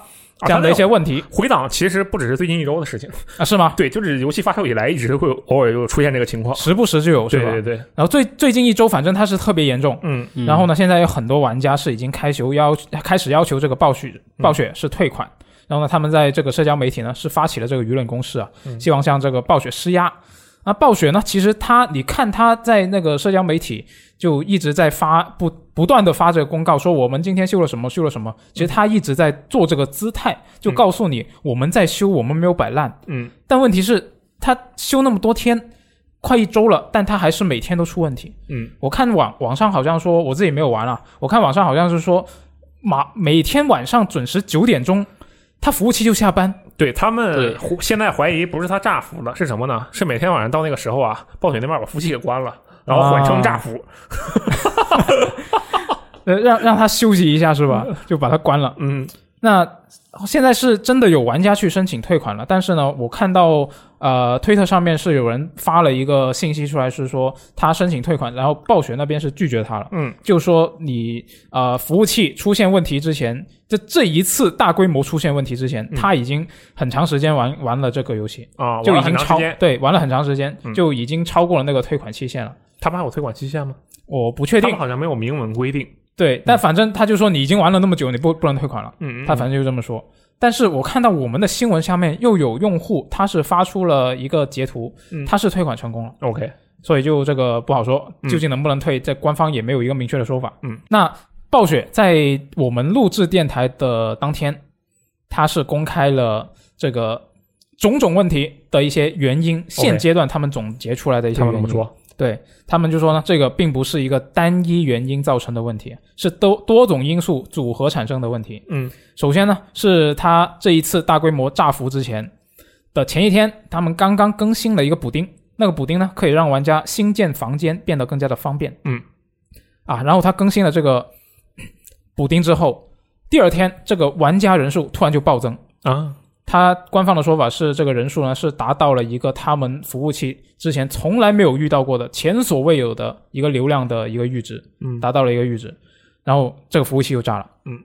这样的一些问题
回档其实不只是最近一周的事情，
啊，是吗？
对，就是游戏发售以来一直会有偶尔有出现这个情况。
时不时就有是
对
吧？
哦对对，
然后最最近一周，反正它是特别严重。
嗯
嗯
然后呢，现在有很多玩家是已经开球要开始要求这个暴雪暴雪是退款。然后呢，他们在这个社交媒体呢是发起了这个舆论攻势啊，希望向这个暴雪施压。那暴雪呢，其实他你看他在那个社交媒体就一直在发不不断的发这个公告，说我们今天修了什么修了什么。其实他一直在做这个姿态，就告诉你我们在修，我们没有摆烂。
嗯，
但问题是，他修那么多天，快一周了，但它还是每天都出问题。
嗯，
我看网网上好像说，我自己没有玩啊，我看网上好像是说，马每天晚上准时九点钟，它服务器就下班。
对他们
对
胡现在怀疑不是他炸服了，是什么呢？是每天晚上到那个时候啊，暴雪那边把服务器给关了，然后
啊
缓冲炸服。
呃，让让他休息一下是吧？就把它关了。
嗯，
那现在是真的有玩家去申请退款了，但是呢，我看到呃推特上面是有人发了一个信息出来，是说他申请退款，然后暴雪那边是拒绝他了。
嗯，
就说你呃服务器出现问题之前，这这一次大规模出现问题之前，他已经很长时间玩玩了这个游戏，
啊，
就
玩
已
了很
经
长时
超
间。嗯
对玩了很长时间，就已经超过了那个退款期限了。
他们还有推广期限吗？
我不确
他
定
们，好像没有明文规定。
对，但反正他就说你已经玩了那么久，你不不能退款了。
嗯，嗯
他反正就这么说。但是我看到我们的新闻下面又有用户，他是发出了一个截图
嗯，
他是退款成功了，
OK，
所以就这个不好说，
嗯
究竟能不能退，在官方也没有一个明确的说法。
嗯，
那暴雪在我们录制电台的当天，他是公开了这个种种问题的一些原因，现阶段他们总结出来的一些
他
原
们
因。
怎么说？
对他们就说呢，这个并不是一个单一原因造成的问题，是多多种因素组合产生的问题。
嗯，
首先呢，是他这一次大规模炸服之前的前一天，他们刚刚更新了一个补丁，那个补丁呢可以让玩家新建房间变得更加的方便。
嗯，
啊，然后他更新了这个 补丁之后，第二天这个玩家人数突然就暴增。
啊，
他官方的说法是，这个人数呢是达到了一个他们服务器之前从来没有遇到过的前所未有的一个流量的一个阈值，
嗯
达到了一个阈值，然后这个服务器又炸了，
嗯，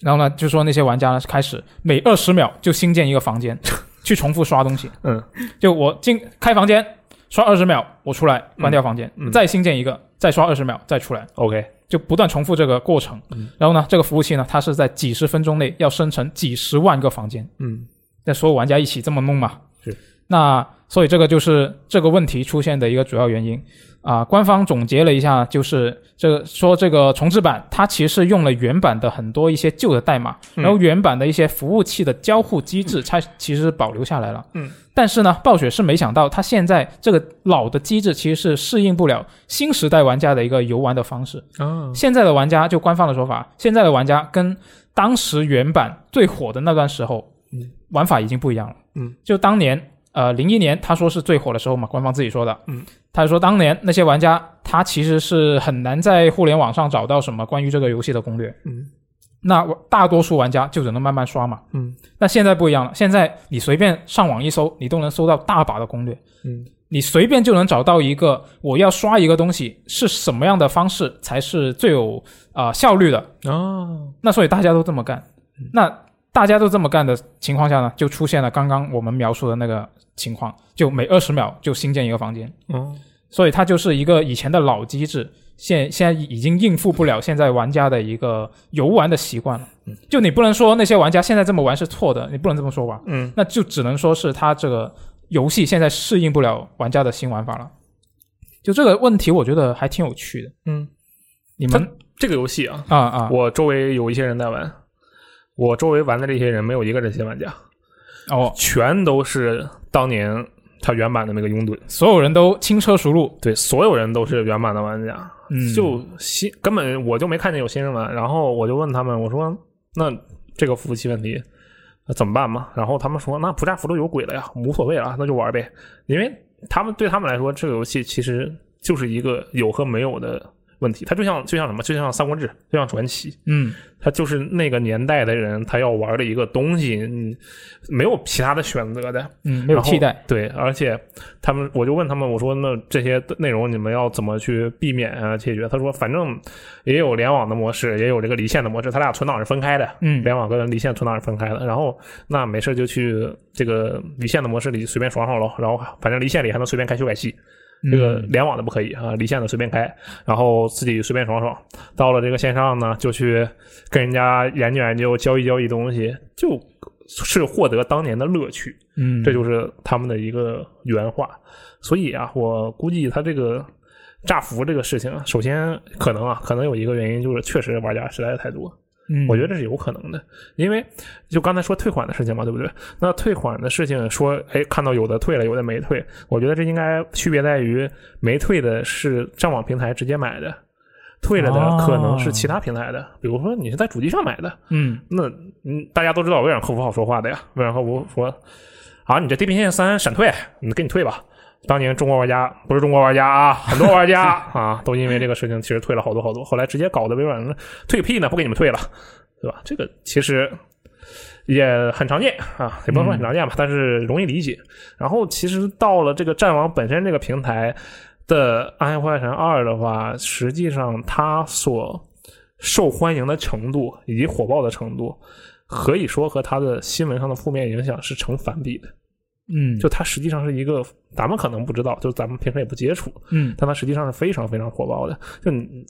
然后呢就说那些玩家呢开始每二十秒就新建一个房间， 去重复刷东西，
嗯，
就我进开房间刷二十秒，我出来关掉房间，
嗯嗯
再新建一个，再刷二十秒，再出来，
OK，
就不断重复这个过程，
嗯
然后呢这个服务器呢它是在几十分钟内要生成几十万个房间。
嗯
那所有玩家一起这么弄嘛。
是。
那所以这个就是这个问题出现的一个主要原因啊、官方总结了一下，就是这个说这个重置版它其实用了原版的很多一些旧的代码，
嗯
然后原版的一些服务器的交互机制，它其实是保留下来了。
嗯。
但是呢，暴雪是没想到，它现在这个老的机制其实是适应不了新时代玩家的一个游玩的方式。
啊，
现在的玩家，就官方的说法，现在的玩家跟当时原版最火的那段时候，
嗯
玩法已经不一样了。
嗯，
就当年呃零一年他说是最火的时候嘛，官方自己说的。
嗯，
他说当年那些玩家他其实是很难在互联网上找到什么关于这个游戏的攻略。
嗯
那大多数玩家就只能慢慢刷嘛。
嗯
那现在不一样了，现在你随便上网一搜，你都能搜到大把的攻略。
嗯
你随便就能找到一个我要刷一个东西是什么样的方式才是最有啊、呃效率的。
啊，
那所以大家都这么干，那大家都这么干的情况下呢，就出现了刚刚我们描述的那个情况，就每二十秒就新建一个房间，
嗯
所以它就是一个以前的老机制，现现在已经应付不了现在玩家的一个游玩的习惯了。就你不能说那些玩家现在这么玩是错的，你不能这么说吧？
嗯，
那就只能说是它这个游戏现在适应不了玩家的新玩法了。就这个问题，我觉得还挺有趣的。
嗯，
你们
这个游戏啊，
啊啊
我周围有一些人在玩，我周围玩的这些人没有一个这些玩家，
哦，
全都是当年他原版的那个拥趸，
所有人都轻车熟路，
对，所有人都是原版的玩家，
嗯，
就新根本我就没看见有新人玩，然后我就问他们，我说那这个服务器问题。那怎么办嘛？然后他们说，那不炸服都有鬼了呀，无所谓了，那就玩呗。因为他们对他们来说，这个游戏其实就是一个有和没有的问题。它就像就像什么，就像《三国志》，就像《传奇》，
嗯
它就是那个年代的人他要玩的一个东西，你没有其他的选择的。
嗯没有
然后
替代，
对，而且他们，我就问他们，我说那这些内容你们要怎么去避免啊解决？他说反正也有联网的模式，也有这个离线的模式，它俩存档是分开的，
嗯
联网跟离线存档是分开的。然后那没事就去这个离线的模式里随便爽爽喽，然后反正离线里还能随便开修改器，这个
嗯
联网的不可以啊，离线的随便开，然后自己随便爽爽。到了这个线上呢，就去跟人家研究研究、交易交易东西，就是获得当年的乐趣。
嗯，
这就是他们的一个原话。所以啊，我估计他这个炸服这个事情啊，首先可能啊，可能有一个原因就是确实玩家实在是太多，
嗯，
我觉得这是有可能的，因为就刚才说退款的事情嘛，对不对？那退款的事情说，哎，看到有的退了，有的没退，我觉得这应该区别在于没退的是上网平台直接买的，退了
哦
的可能是其他平台的，比如说你是在主机上买的，
嗯
那嗯，大家都知道微软客服好说话的呀。微软客服说：“啊，你这《地平线三》闪退，你给你退吧。”当年中国玩家不是中国玩家啊，很多玩家 啊都因为这个事情其实退了好多好多，后来直接搞得微软退屁呢，不给你们退了，对吧？这个其实也很常见啊，也不能说很常见吧，但是容易理解。然后其实到了这个战王本身这个平台的《暗黑破坏神二》的话，实际上它所受欢迎的程度以及火爆的程度，可以说和它的新闻上的负面影响是成反比的。
嗯，
就它实际上是一个，咱们可能不知道，就是咱们平时也不接触，
嗯
但它实际上是非常非常火爆的。就你，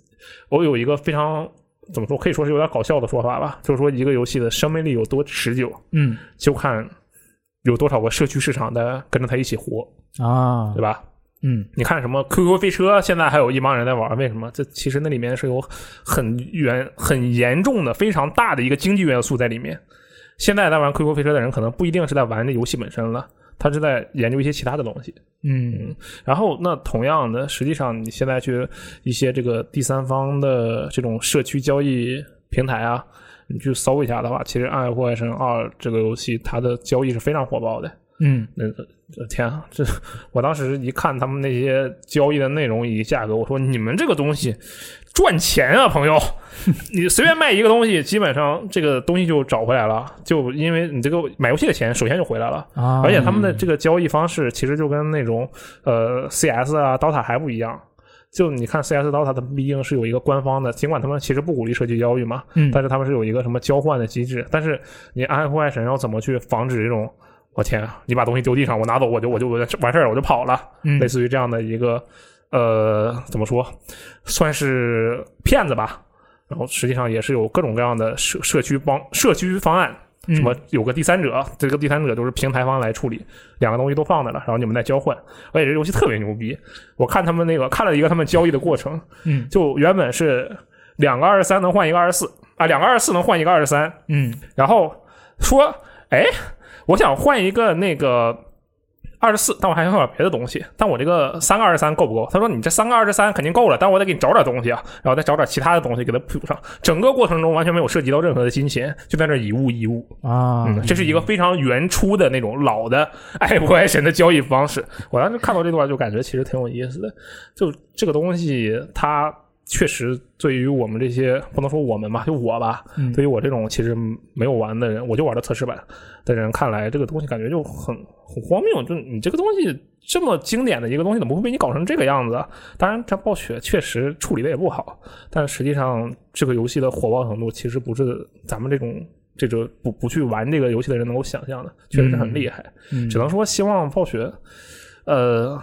我有一个非常怎么说，可以说是有点搞笑的说法吧，就是说一个游戏的生命力有多持久，
嗯
就看有多少个社区市场的跟着它一起活，
啊
对，吧？
嗯
你看什么 QQ 飞车，现在还有一帮人在玩，为什么？这其实那里面是有很严、很严重的、非常大的一个经济元素在里面。现在在玩 QQ 飞车的人，可能不一定是在玩这游戏本身了，他是在研究一些其他的东西。
嗯
然后，那同样的，实际上你现在去一些这个第三方的这种社区交易平台啊，你去搜一下的话，其实《暗黑破坏神二》这个游戏它的交易是非常火爆的。
嗯
那个呃天啊，这我当时一看他们那些交易的内容以及价格，我说你们这个东西赚钱啊，朋友，你随便卖一个东西，基本上这个东西就找回来了，就因为你这个买游戏的钱首先就回来了。
啊，
而且他们的这个交易方式其实就跟那种呃 CS 啊、DOTA 还不一样。就你看 CS、DOTA，他们毕竟是有一个官方的，尽管他们其实不鼓励社区交易嘛，
嗯
但是他们是有一个什么交换的机制。但是你暗黑破坏神要怎么去防止这种？我天啊！你把东西丢地上，我拿走，我就我就我就完事儿了，我就跑了。
嗯
类似于这样的一个呃，怎么说，算是骗子吧。然后实际上也是有各种各样的社社区帮社区方案，
嗯
什么有个第三者，这个第三者就是平台方来处理，两个东西都放那了，然后你们再交换。而且这游戏特别牛逼，我看他们那个看了一个他们交易的过程，
嗯
就原本是两个二十三能换一个二十四啊，两个二十四能换一个二十三，
嗯
然后说，哎，我想换一个那个二十四，但我还想找别的东西，但我这个三个二十三够不够？他说你这三个二十三肯定够了，但我得给你找点东西啊，然后再找点其他的东西给它补上。整个过程中完全没有涉及到任何的金钱，就在那儿以物易物。
啊，
嗯，这是一个非常原初的那种老的 爱不爱神的交易方式。我当时看到这段就感觉其实挺有意思的，就这个东西它。确实，对于我们这些不能说我们吧，就我吧，
嗯
对于我这种其实没有玩的人，我就玩的测试版的人看来，这个东西感觉就很很荒谬。就你这个东西这么经典的一个东西，怎么会被你搞成这个样子啊？当然，这暴雪确实处理的也不好，但实际上这个游戏的火爆程度其实不是咱们这种这种不不去玩这个游戏的人能够想象的，确实是很厉害。
嗯
只能说希望暴雪，呃，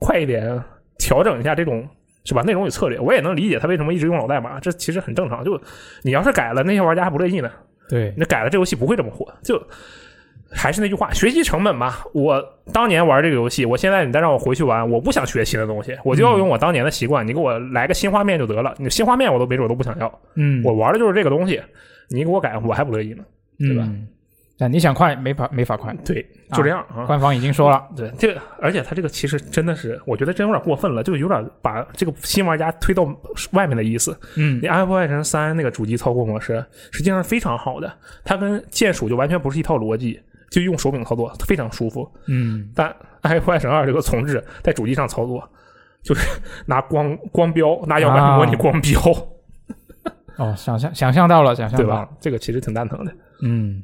快一点调整一下这种。是吧？内容与策略，我也能理解他为什么一直用老代码，这其实很正常。就你要是改了，那些玩家还不乐意呢。
对，
那改了这游戏不会这么火。就还是那句话，学习成本吧。我当年玩这个游戏，我现在你再让我回去玩，我不想学新的东西，我就要用我当年的习惯。你给我来个新画面就得了，你新画面我都没准都不想要。
嗯，
我玩的就是这个东西，你给我改，我还不乐意呢。
对
吧？
嗯但你想快，没法没法快，
对，就这样啊。
官方已经说了，
对，这个而且他这个其实真的是，我觉得真有点过分了，就有点把这个新玩家推到外面的意思。
嗯
你《暗黑破坏神三》那个主机操控模式实际上是非常好的，它跟键鼠就完全不是一套逻辑，就用手柄操作非常舒服。
嗯
但《暗黑破坏神二》这个重置在主机上操作，就是 拿光光标，拿摇杆模拟光标，
哦，想象想象到了，想象
对
到
吧
了，？
这个其实挺蛋疼的。
嗯，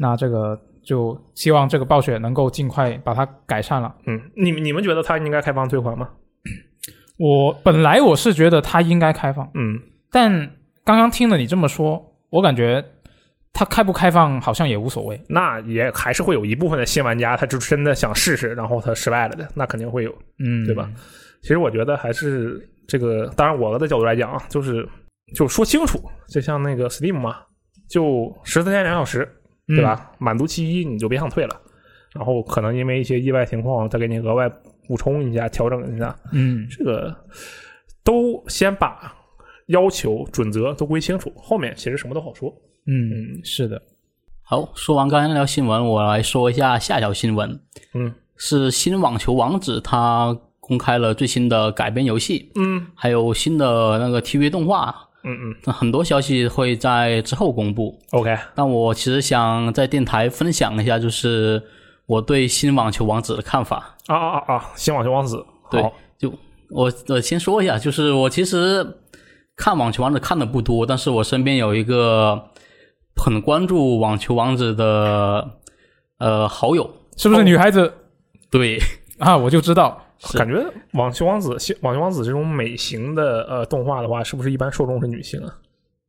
那这个就希望这个暴雪能够尽快把它改善了。
嗯，你们你们觉得它应该开放退还吗？
我本来我是觉得它应该开放，
嗯，
但刚刚听了你这么说，我感觉它开不开放好像也无所谓。
那也还是会有一部分的新玩家，他就真的想试试，然后他失败了的，那肯定会有。
嗯，
对吧？其实我觉得还是这个，当然我的角度来讲啊，就是就说清楚，就像那个 Steam 嘛，就十四天两小时，对吧？满足期一你就别想退了，然后可能因为一些意外情况再给你额外补充一下、调整一下，
嗯？
这个都先把要求、准则都归清楚，后面其实什么都好说。
嗯，是的，
好，说完刚才那条新闻，我来说一下下一条新闻。
嗯，
是新网球王子他公开了最新的改编游戏，
嗯
还有新的那个 TV 动画，
嗯嗯
那很多消息会在之后公布。
，OK，
但我其实想在电台分享一下，就是我对新网球王子的看法。
啊啊啊啊！新网球王子，
对
好，
就我我先说一下，就是我其实看网球王子看的不多，但是我身边有一个很关注网球王子的呃好友，
是不是女孩子、
对，
啊？我就知道，
是
感觉网球王子、新网球王子这种美型的呃动画的话，是不是一般受众是女性啊？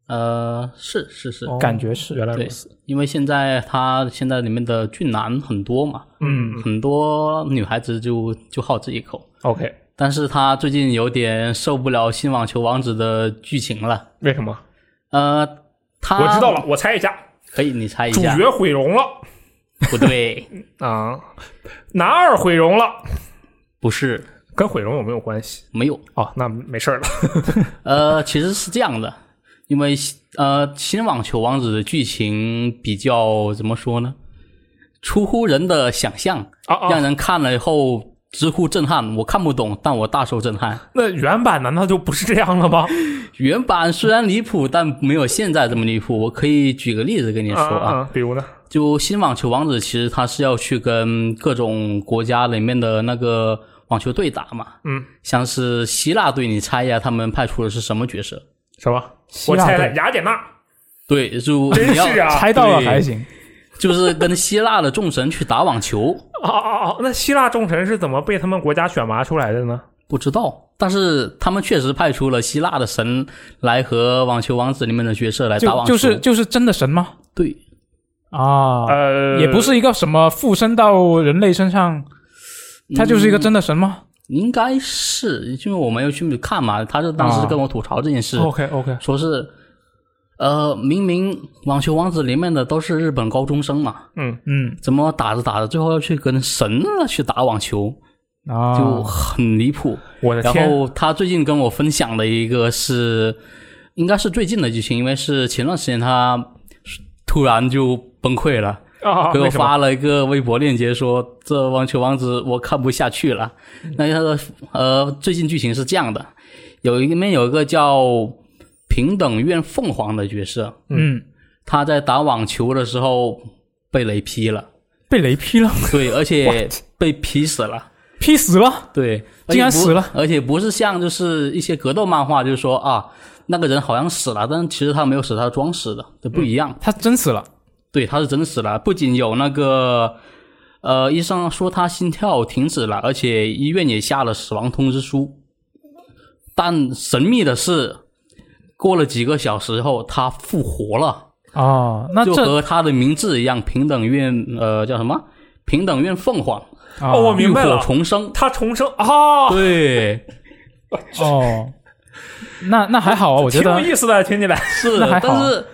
呃，是是是，
哦
感觉是
原来如
对
此。，
因为现在他现在里面的俊男很多嘛，
嗯
很多女孩子就就好这一口，
，OK，
但是他最近有点受不了新网球王子的剧情了，
为什么？
呃，他
我知道，了，我猜一下，
可以你猜一
主
下，
角毁容了
不对，
啊，男二毁容了，
不是，
跟毁容有没有关系？
没有。
哦，那没事儿了。
呃，其实是这样的，因为呃，新网球王子的剧情比较怎么说呢？出乎人的想象，
啊啊
让人看了以后直呼震撼。我看不懂，但我大受震撼。
那原版难道就不是这样了吗？
原版虽然离谱，但没有现在这么离谱。我可以举个例子跟你说
啊
啊，
啊，比如呢？
就新网球王子，其实他是要去跟各种国家里面的那个网球队打嘛，
嗯，
像是希腊队，你猜一下他们派出的是什么角色？
什么？
希
我
腊
猜
的
的雅典娜，
对， 就
真
你要
是啊！
猜到了
对
还行，
就是跟希腊的众神去打网球，
哦哦哦，那希腊众神是怎么被他们国家选拔出来的呢？
不知道，但是他们确实派出了希腊的神来和网球王子里面的角色来打
就
网球，
就是就是真的神吗？
对，
啊，
呃，
也不是一个什么附身到人类身上，他就是一个真的神吗？
应该是因为我没有去看嘛，他就
啊
当时跟我吐槽这件事，
OK OK，
说是，呃，明明网球王子里面的都是日本高中生嘛，
嗯
怎么打着打着最后要去跟神啊去打网球，
啊，
就很离谱。
我的
然
天，
后他最近跟我分享的一个是，应该是最近的剧情，因为是前段时间他突然就崩溃了，
啊，
给我
为什么
发了一个微博链接说，这网球王子我看不下去了。
嗯
那他的呃，最近剧情是这样的，有一面有一个叫平等院凤凰的角色，
嗯，
他在打网球的时候被雷劈了，
被雷劈了，
对，而且被劈死了。
劈死了，
对，
哎
竟然
而且不
死了，
而且不是像就是一些格斗漫画，就是说啊，那个人好像死了，但其实他没有死，他是装死的，这
嗯
不一样。
他真死了，
对，他是真死了，不仅有那个呃医生说他心跳停止了，而且医院也下了死亡通知书。但神秘的是，过了几个小时后，他复活了。
哦，那
就
这
和他的名字一样，平等院呃叫什么？平等院凤凰，
啊
哦，我明白
浴火
了，
重生。
他重生啊，
对，
哦，那那还好啊，我觉
挺有
得
意思的，听起来。
是
那还
的，
好
但是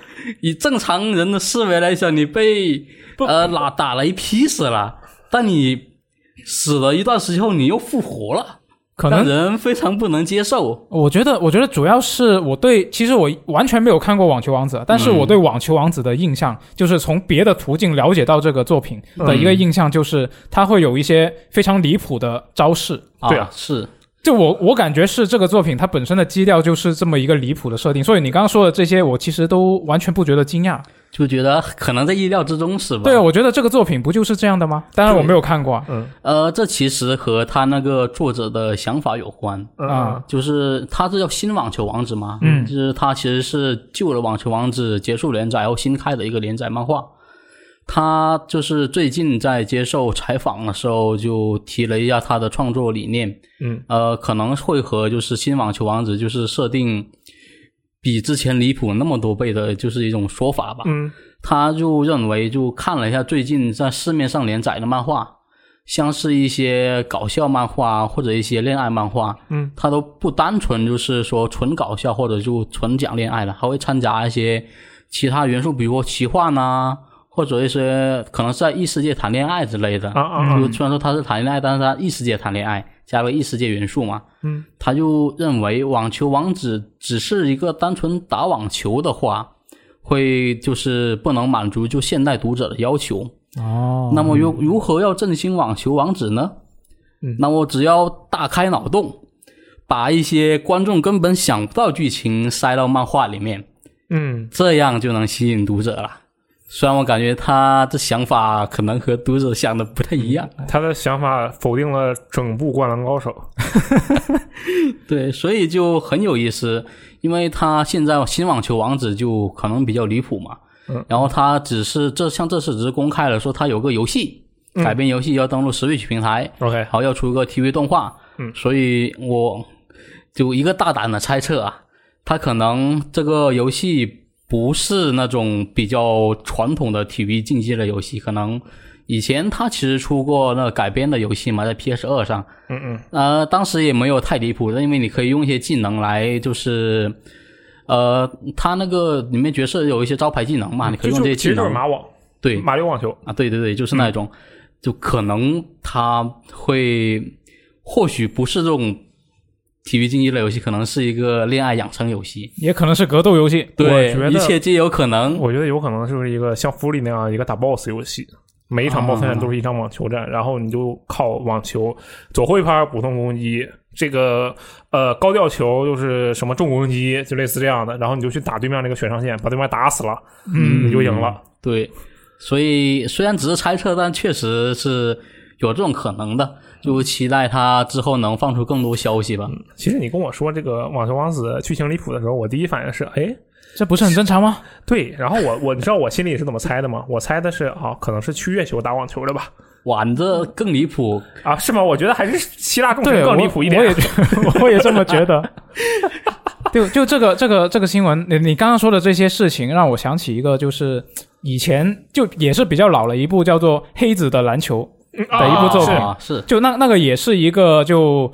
以正常人的思维来讲，你被呃打打雷劈死了，但你死了一段时间后，你又复活了，
可
让
能
人非常不能接受。
我觉得，我觉得主要是我对，其实我完全没有看过《网球王子》，但是我对《网球王子》的印象，就是从别的途径了解到这个作品的一个印象，就是它会有一些非常离谱的招式。
对啊
是
就我我感觉是这个作品它本身的基调就是这么一个离谱的设定，所以你刚刚说的这些，我其实都完全不觉得惊讶。
就觉得可能在意料之中，是吧？
对，我哦觉得这个作品不就是这样的吗？当然我没有看过
嗯
啊，
呃，这其实和他那个作者的想法有关。
啊
就是他这叫新网球王子嘛，嗯，就是他其实是旧的网球王子结束连载然后新开的一个连载漫画。他就是最近在接受采访的时候就提了一下他的创作理念，
嗯，
呃，可能会和就是新网球王子就是设定比之前离谱那么多倍的，就是一种说法吧。
嗯，
他就认为就看了一下最近在市面上连载的漫画，像是一些搞笑漫画啊或者一些恋爱漫画，
嗯，
它都不单纯就是说纯搞笑或者就纯讲恋爱了，还会掺杂一些其他元素，比如说奇幻呐、或者一些可能是在异世界谈恋爱之类的。
啊啊啊
就虽然说他是谈恋爱，但是他异世界谈恋爱，加了异世界元素嘛，
嗯，
他就认为网球王子只是一个单纯打网球的话，会就是不能满足就现代读者的要求。
哦
那么如如何要振兴网球王子呢？
嗯
那么只要大开脑洞，把一些观众根本想不到剧情塞到漫画里面，
嗯，
这样就能吸引读者了。虽然我感觉他这想法可能和读者想的不太一样，
他的想法否定了整部《灌篮高手》。
对，所以就很有意思，因为他现在新网球王子就可能比较离谱嘛，
嗯，
然后他只是这像这次只是公开了说他有个游戏
嗯
改编游戏要登录 Switch 平台，
OK，
然后要出个 TV 动画，
嗯，
所以我就一个大胆的猜测啊，他可能这个游戏不是那种比较传统的体育竞技类游戏，可能以前他其实出过那改编的游戏嘛，在 PS 二上，
嗯嗯，
呃，当时也没有太离谱的，因为你可以用一些技能来就是。呃，他那个里面角色有一些招牌技能嘛，你可
就
以用
就
这些
其
技
实就
能
是。马网，
对，
马里网球。
啊，对对对，就是那种，就可能他会或许不是这种体育竞技类游戏，可能是一个恋爱养成游戏，
也可能是格斗游戏，
对
觉，
一
得
切皆有可能。
我觉得有可能就是一个像《福利》那样一个打 BOSS 游戏，每一场
啊
BOSS 战都是一场网球战，然后你就靠网球左后一拍普通攻击，这个呃高吊球就是什么重攻击，就类似这样的，然后你就去打对面那个选上线，把对面打死了，嗯，你就赢了。
对，所以虽然只是猜测，但确实是有这种可能的。就期待他之后能放出更多消息吧。
其实你跟我说这个《网球王子》剧情离谱的时候，我第一反应是，哎，
这不是很正常 吗？
对。然后我我你知道我心里是怎么猜的吗？我猜的是啊，可能是去月球打网球的吧？
哇，你这更离谱！
啊，是吗？我觉得还是希腊众神
对，
更
我
离谱一点。嗯
我也我也这 么 觉得。就就这个这个这个新闻，你你刚刚说的这些事情，让我想起一个，就是以前就也是比较老了一部叫做《黑子的篮球
嗯
的一部作品
啊是
啊，是》，
就那那个也是一个就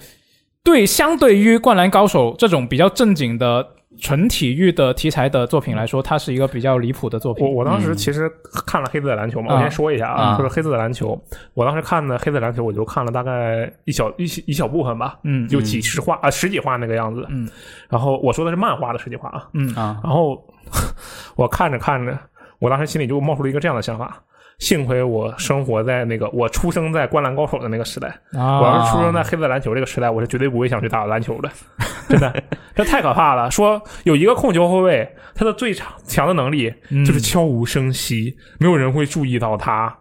对相对于《灌篮高手》这种比较正经的纯体育的题材的作品来说，它是一个比较离谱的作
我
品。
我当时其实看了《黑子的篮球》嘛，
嗯啊
我先说一下
啊
就是《黑子的篮球》，我当时看的《黑子的篮球》，我就看了大概一小一小一小部分吧，
嗯
就几十话啊、十几话那个样子。
嗯，
然后我说的是漫画的十几话啊，
啊，
然后我看着看着，我当时心里就冒出了一个这样的想法。幸亏我生活在那个我出生在《灌篮高手》的那个时代，我
啊
要是出生在黑子篮球这个时代，我是绝对不会想去打篮球的，真的，这太可怕了。说有一个控球后卫，他的最强强的能力
嗯
就是悄无声息，没有人会注意到他。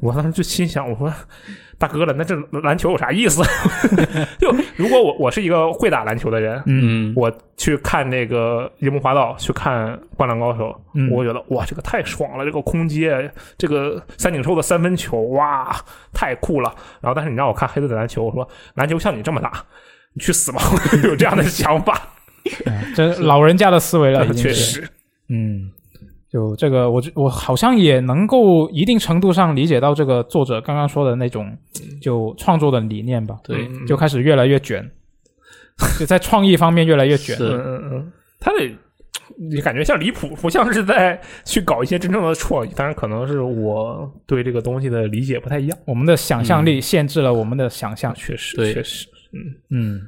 我当时就心想，我说大哥了，那这篮球有啥意思？就如果我我是一个会打篮球的人，
嗯，
我去看那个《樱木花道》，去看《灌篮高手》
嗯
我觉得哇，这个太爽了！这个空接，这个三井寿的三分球，哇，太酷了。然后，但是你让我看黑子的篮球，我说篮球像你这么大，你去死吧！我就有这样的想法，
嗯这老人家的思维了，已经
确
是。
实，
嗯，就这个，我就我好像也能够一定程度上理解到这个作者刚刚说的那种就创作的理念吧，
对，
嗯
就开始越来越卷，就在创意方面越来越卷。
嗯
是
嗯嗯，他得。你感觉像离谱，不像是在去搞一些真正的创意。当然，可能是我对这个东西的理解不太一样。
我们的想象力限制了我们的想象。
确实，
对
确实，嗯，
嗯，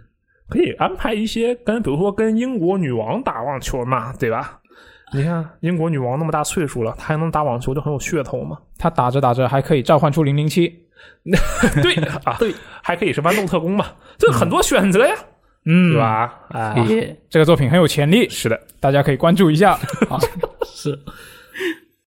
可以安排一些跟，比如说跟英国女王打网球嘛，对吧？你看英国女王那么大岁数了，她还能打网球，就很有噱头嘛。
他打着打着还可以召唤出零零七。
对 啊，
对，
还可以是豌豆特工嘛，这很多选择呀，
嗯，
对？吧？啊，
也
这个作品很有潜力，
是的。
大家可以关注一下。
是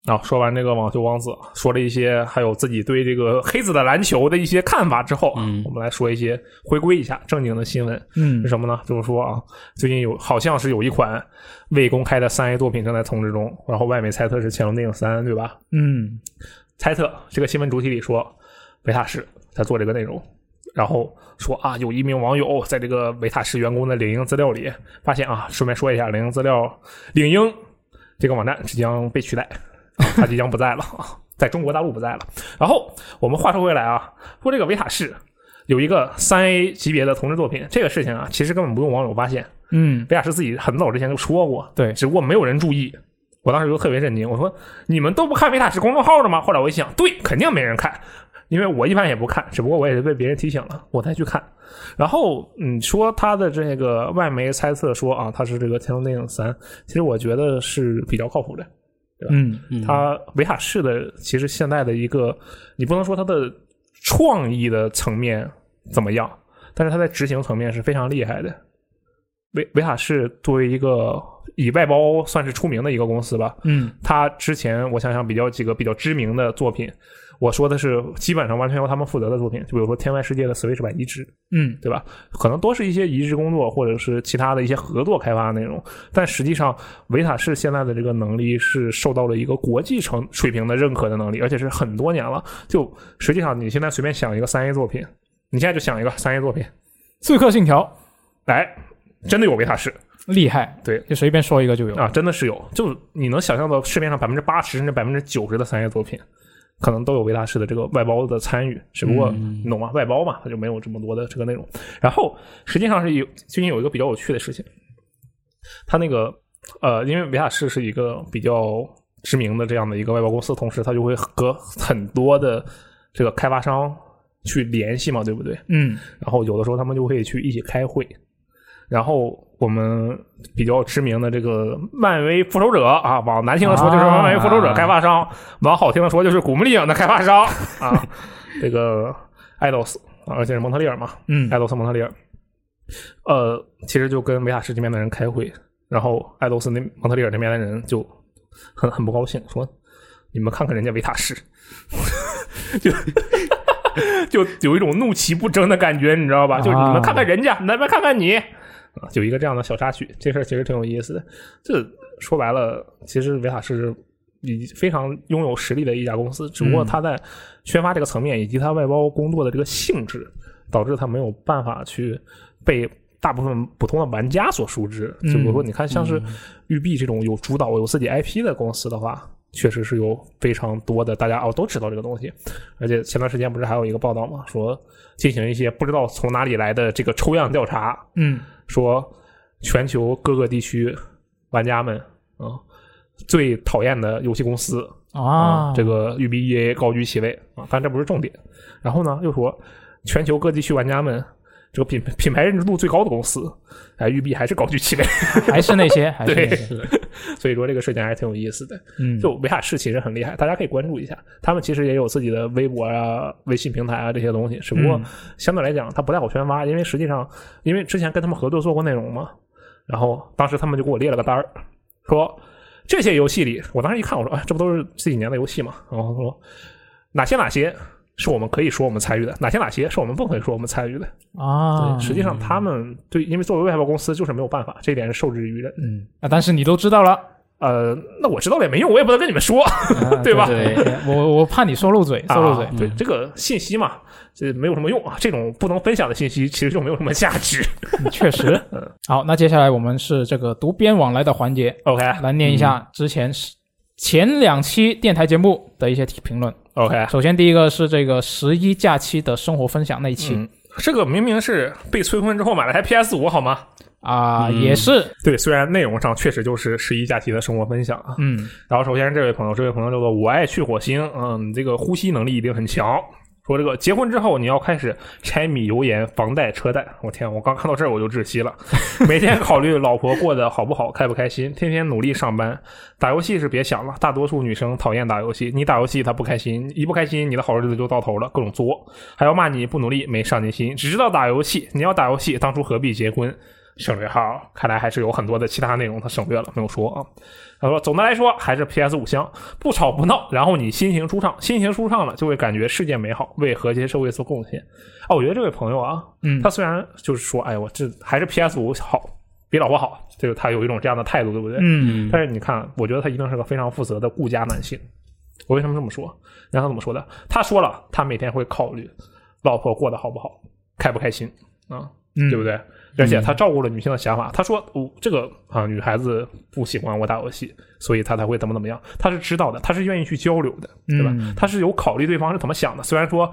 啊，说完这个网球王子，说了一些还有自己对这个黑子的篮球的一些看法之后，啊
嗯
我们来说一些回归一下正经的新闻。
嗯
是，什么呢？就是说啊，最近有好像是有一款未公开的三 A 作品正在重制中，然后外媒猜测是《潜龙电影三》，对吧？
嗯，
猜测这个新闻主体里说，维塔士在做这个内容，然后说啊，有一名网友在这个维塔士员工的领英资料里发现啊，顺便说一下，领英资料领英这个网站即将被取代，啊它即将不在了， 啊在中国大陆不在了。然后我们话说回来啊，说这个维塔士有一个三 A 级别的同志作品，这个事情啊，其实根本不用网友发现，
嗯，
维塔士自己很早之前就说过，
对
只不过没有人注意。我当时就特别震惊，我说你们都不看维塔士公众号的吗？后来我一想，对，肯定没人看。因为我一般也不看，只不过我也是被别人提醒了，我才去看。然后你说他的这个外媒猜测说啊，他是这个《天龙电影三》，其实我觉得是比较靠谱的。
嗯，
嗯
它维塔士的其实现在的一个，你不能说它的创意的层面怎么样，但是它在执行层面是非常厉害的。维维塔士作为一个以外包算是出名的一个公司吧，
嗯，
它之前我想想比较几个比较知名的作品，我说的是基本上完全由他们负责的作品，就比如说《天外世界》的 Switch 版移植，
嗯，
对吧？可能多是一些移植工作，或者是其他的一些合作开发内容。但实际上，维塔士现在的这个能力是受到了一个国际程水平的认可的能力，而且是很多年了。就实际上，你现在随便想一个三 A 作品，你现在就想一个三 A 作品，
《刺客信条
来，真的有维塔士》
厉害，
对
就随便说一个就有。
啊，真的是有。就你能想象到市面上百分之八十甚至百分之九十的三 A 作品。可能都有维塔士的这个外包的参与，只不过你懂吗？外包嘛，它就没有这么多的这个内容。然后实际上是有最近有一个比较有趣的事情，它那个呃，因为维塔士是一个比较知名的这样的一个外包公司，同时它就会和很多的这个开发商去联系嘛，对不对？
嗯
然后有的时候他们就会去一起开会。然后我们比较知名的这个漫威复仇者啊，往难听的说就是
啊
漫威复仇者开发商，往好听的说就是古墓丽影的开发商啊， 这个艾斗斯，啊而且是蒙特利尔嘛，
嗯
艾斗斯蒙特利尔，呃，其实就跟维塔士这边的人开会，然后艾斗斯那蒙特利尔那边的人就很很不高兴，说你们看看人家维塔士，就 就有一种怒其不争的感觉，你知道吧？就是你们看看人家，来来看看你，啊，有一个这样的小插曲，这事儿其实挺有意思的。这说白了，其实维塔士。已非常拥有实力的一家公司，只不过它在宣发这个层面以及它外包工作的这个性质，导致它没有办法去被大部分普通的玩家所熟知。就比如说，你看像是育碧这种有主导、有自己 IP 的公司的话，确实是有非常多的大家哦都知道这个东西。而且前段时间不是还有一个报道嘛，说进行一些不知道从哪里来的这个抽样调查，
嗯
说全球各个地区玩家们啊、最讨厌的游戏公司
啊，
这个育碧 EA 高居其位啊，但这不是重点。然后呢，又说全球各地区玩家们这个品品牌认知度最高的公司，哎，育碧还是高居其位，
还是那些，还是那些，
所以说这个事情还是挺有意思的。
嗯，
就维塔士其实很厉害，大家可以关注一下，他们其实也有自己的微博啊、微信平台啊这些东西，只不过
嗯
相对来讲它不太好宣发，因为实际上因为之前跟他们合作做过内容嘛，然后当时他们就给我列了个单儿，说这些游戏里，我当时一看我说，哎，这不都是这几年的游戏嘛？然后他说哪些哪些是我们可以说我们参与的，哪些哪些是我们不可以说我们参与的。
啊，
实际上他们对，因为作为外包公司就是没有办法，这一点是受制于人。
嗯，啊，但是你都知道了，
呃，那我知道了也没用，我也不能跟你们说。
啊
对吧
对
我我怕你说漏 嘴，说漏嘴
啊，对这个信息嘛，这没有什么用啊。这种不能分享的信息，其实就没有什么价值。
嗯确实。好，那接下来我们是这个读编往来的环节，
OK
来念一
嗯
下之前是前两期电台节目的一些评论。
OK，
首先第一个是这个十一假期的生活分享那一期
嗯，这个明明是被催婚之后买了台 PS 五，好吗？
啊，
嗯
也是，
对，虽然内容上确实就是十一假期的生活分享啊。
嗯
然后首先是这位朋友，这位朋友叫做我爱去火星，嗯，你这个呼吸能力一定很强。说这个结婚之后你要开始柴米油盐、房贷、车贷，我天，我刚看到这儿我就窒息了。每天考虑老婆过得好不好、开不开心，天天努力上班。打游戏是别想了，大多数女生讨厌打游戏，你打游戏她不开心，一不开心你的好日子就到头了，各种作，还要骂你不努力、没上进心，只知道打游戏。你要打游戏，当初何必结婚？省略号，看来还是有很多的其他内容他省略了，没有说啊。他说：“总的来说，还是 PS 五香，不吵不闹，然后你心情舒畅，心情舒畅了，就会感觉世界美好，为和谐社会做贡献。”啊，我觉得这位朋友啊，
嗯
他虽然就是说，哎，我这还是 PS 五好，比老婆好，这个他有一种这样的态度，对不对？
嗯
但是你看，我觉得他一定是个非常负责的顾家男性。我为什么这么说？你看他怎么说的？他说了，他每天会考虑老婆过得好不好，开不开心啊、
嗯，
对不？对？而且嗯他照顾了女性的想法，他说：“哦、这个啊，女孩子不喜欢我打游戏，所以她才会怎么怎么样。”他是知道的，他是愿意去交流的，对吧？
嗯
他是有考虑对方是怎么想的。虽然说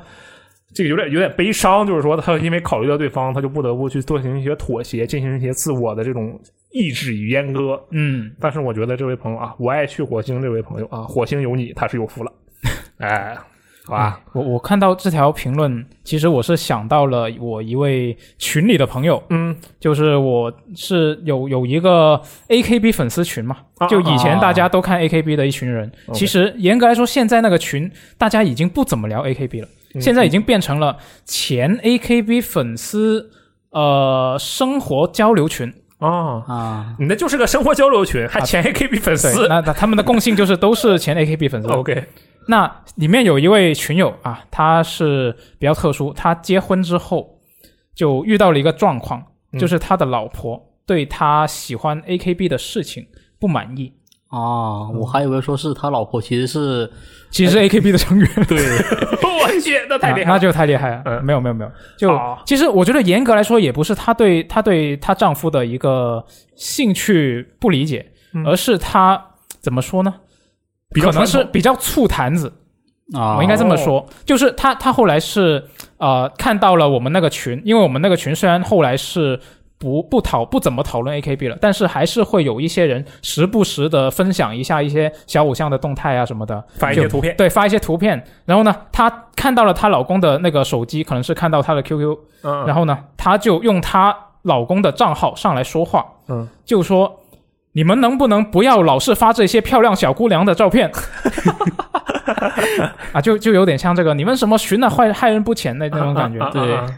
这个有点有点悲伤，就是说他因为考虑到对方，他就不得不去做行一些妥协，进行一些自我的这种抑制与阉割。
嗯，
但是我觉得这位朋友啊，我爱去火星这位朋友啊，火星有你，他是有福了。哎，好吧？
我我看到这条评论，其实我是想到了我一位群里的朋友，
嗯，
就是我是有有一个 AKB 粉丝群嘛，
啊
就以前大家都看 AKB 的一群人。
OK
其实严格来说，现在那个群大家已经不怎么聊 AKB 了，
嗯
现在已经变成了前 AKB 粉丝呃生活交流群。
哦，
啊，
你那就是个生活交流群，还前 AKB 粉
对
丝。，
那那他们的共性就是都是前 AKB 粉丝。
OK，
那里面有一位群友啊，他是比较特殊，他结婚之后就遇到了一个状况，
嗯
就是他的老婆对他喜欢 AKB 的事情不满意。
哦，我还以为说是他老婆其实是
其实 AKB 的 成员，
对，我去，那太厉
啊
害
那
了。
就哎太厉害了。
嗯
没有没有没有，就、
哦
其实我觉得严格来说，也不是她对她对她丈夫的一个兴趣不理解，
嗯
而是她怎么说呢？
比较
呃可能
传
是
统
比较醋坛子，
啊，
我应该这么说，就是他他后来是呃看到了我们那个群，因为我们那个群虽然后来是不不讨不怎么讨论 AKB 了，但是还是会有一些人时不时的分享一下一些小偶像的动态啊什么的，
发一些
就
图片，
对，发一些图片。然后呢，她看到了她老公的那个手机，可能是看到她的 QQ，
嗯，
然
后
后呢，她就用她老公的账号上来说话，
嗯，
就说。你们能不能不要老是发这些漂亮小姑娘的照片？ 啊，就就有点像这个，你们什么寻了坏害人不浅的那种感觉。
啊啊
对
啊啊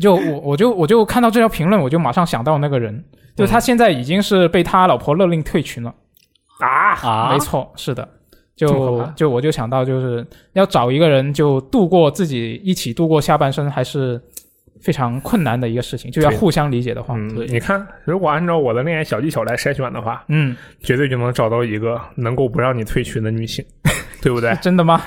就我我就我就看到这条评论，我就马上想到那个人，就他现在已经是被他老婆勒令退群了。
啊，
啊，
没错，是的。
这么可
就
怕
就我就想到，就是要找一个人就度过自己一起度过下半生，还是非常困难的一个事情，就要
对
互相理解的话，
嗯
对，
你看，如果按照我的恋爱小技巧来筛选的话，
嗯，
绝对就能找到一个能够不让你退群的女性，对不对？
真的吗？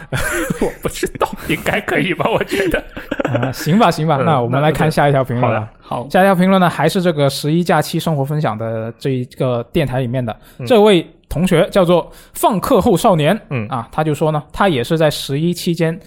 我不知道， 应该可以吧？我觉得。
啊，行吧，行吧，
嗯
那我们
那
来
对
看下一条评论
好的
吧。
好，
下一条评论呢，还是这个十一假期生活分享的这一个电台里面的、这位同学叫做放课后少年，
嗯
啊，他就说呢，他也是在十一期间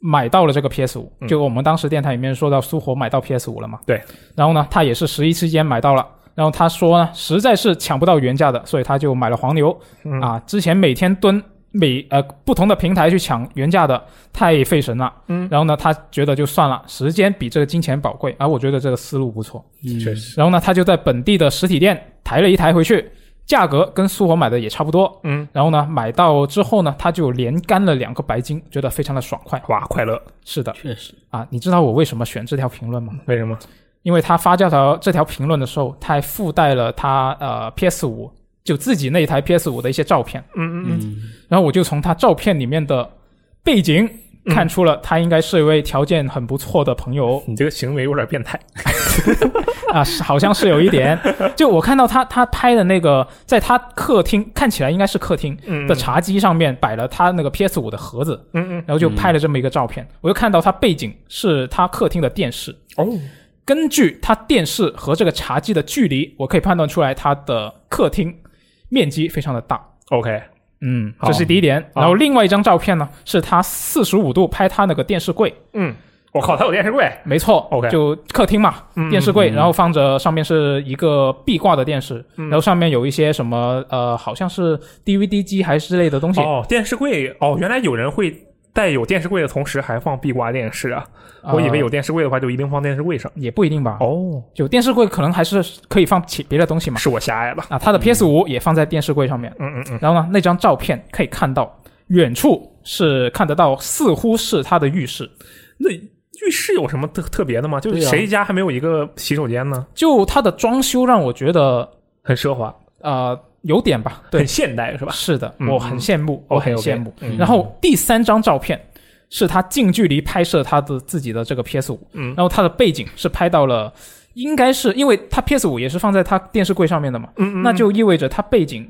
买到了这个 PS 五、
嗯
就我们当时电台里面说到苏活买到 PS 五了嘛，
对，
然后呢，他也是十一期间买到了。然后他说呢，实在是抢不到原价的，所以他就买了黄牛、
嗯
啊。之前每天蹲每呃不同的平台去抢原价的，太费神了。
嗯
然后呢，他觉得就算了，时间比这个金钱宝贵。啊，我觉得这个思路不错。
确
嗯，
实，
然后呢，他就在本地的实体店抬了一台回去，价格跟苏活买的也差不多。
嗯，
然后呢，买到之后呢，他就连干了两个白金，觉得非常的爽快。
哇，快乐，
是的，
确实，
啊，你知道我为什么选这条评论吗？
为什么？
因为他发这条这条评论的时候，他还附带了他呃 PS 五就自己那一台 PS 五的一些照片，
嗯嗯
嗯，
然后我就从他照片里面的背景看出了他应该是一位条件很不错的朋友、
你这个行为有点变态。
啊，是好像是有一点。就我看到他他拍的那个，在他客厅看起来应该是客厅
嗯
的茶几上面摆了他那个 PS 五的盒子，
嗯嗯，
然后就拍了这么一个照片。我就看到他背景是他客厅的电视，
哦，
根据它电视和这个茶几的距离，我可以判断出来它的客厅面积非常的大。
OK，
嗯，
好
这是第一点。
好
然后另外一张照片呢，是他四十五度拍他那个电视柜，
嗯，我靠，他有电视柜，
没错
OK 嗯
就客厅嘛，电视柜，然后放着上面是一个壁挂的电视，
嗯
然后上面有一些什么呃，好像是 DVD 机还是之类的东西
哦，电视柜，哦，原来有人会带有电视柜的同时还放壁挂电视啊！我以为有电视柜的话就一定放电视柜上。
呃也不一定吧。
哦，
就电视柜可能还是可以放其别的东西嘛。
是我狭隘了。
啊，他的 PS 五也放在电视柜上面。
嗯嗯嗯嗯，
然后呢，那张照片可以看到远处是看得到，似乎是他的浴室。
那浴室有什么特特别的吗？就是
对啊
谁家还没有一个洗手间呢？
就他的装修让我觉得，
很奢华，
呃，有点吧。对
很，现代，是吧？
是的，
嗯
我很羡慕，我很
OK，OK，
羡慕。
嗯
然后第三张照片是他近距离拍摄他的自己的这个 PS 五，
嗯
然后他的背景是拍到了。应该是因为他 PS 五也是放在他电视柜上面的嘛，
嗯嗯
那就意味着他背景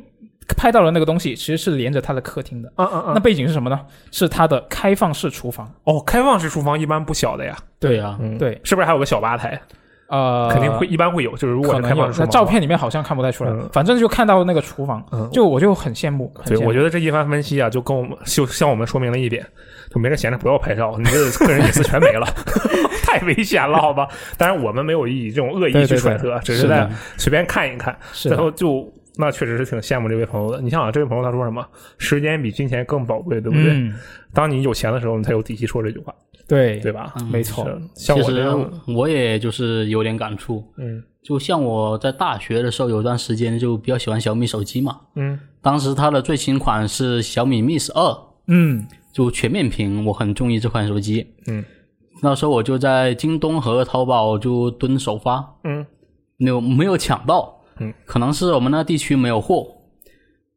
拍到了那个东西，其实是连着他的客厅的。
嗯嗯
那
嗯。
背景是什么呢？是他的开放式厨房。
哦，开放式厨房一般不小的呀，
对啊呀，
嗯
对，
是不是还有个小吧台？
呃，
肯定会，一般会有。就是如果
可
是
能
开
有
放，式厨
那
房的话，
照片里面好像看不太出来
嗯，
反正就看到那个厨房
嗯，
就我就很羡慕，很
对，
羡
我
慕。
觉得这一番分析啊，就跟我们就向我们说明了一点，就没事闲着不要拍照，你这个人隐私全没了， 太危险了，好吧？当然我们没有以这种恶意
对对
去
对
揣测，只
是
在
的
随便看一看，
是
然
的，
后就那确实是挺羡慕这位朋友的。你想想，这位朋友他说什么？时间比金钱更宝贵，对不对？
嗯，
当你有钱的时候，你才有底气说这句话，
对
对吧？
嗯没错，
是像
其
我这
实
样的，
我也就是有点感触，
嗯
就像我在大学的时候，有段时间就比较喜欢小米手机嘛，
嗯
当时它的最新款是小米 Mix 二，
嗯
就全面屏，我很中意这款手机。
嗯
那时候我就在京东和淘宝就蹲首发，
嗯
没有没有抢到，
嗯，
可能是我们那地区没有货。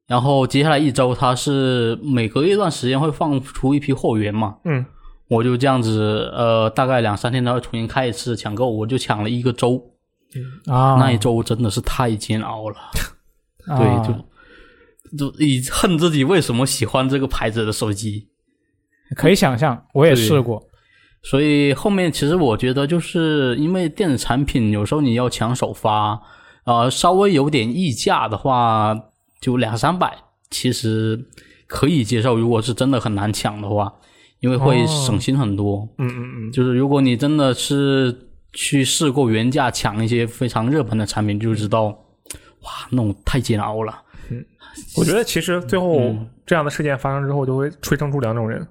然后接下来一周，它是每隔一段时间会放出一批货源嘛，
嗯
我就这样子，呃，大概两三天它会重新开一次抢购，我就抢了一个周，
啊，
那一周真的是太煎熬了。
啊
对，就就以恨自己为什么喜欢这个牌子的手机。
可以想象，我也试过，
所以后面其实我觉得，就是因为电子产品有时候你要抢首发，呃，稍微有点溢价的话，就两三百其实可以接受。如果是真的很难抢的话，因为会省心很多。
嗯嗯嗯，
就是如果你真的是去试过原价抢一些非常热门的产品，就知道，哇，那种太煎熬了。
我觉得其实最后这样的事件发生之后，就会催生出两种人。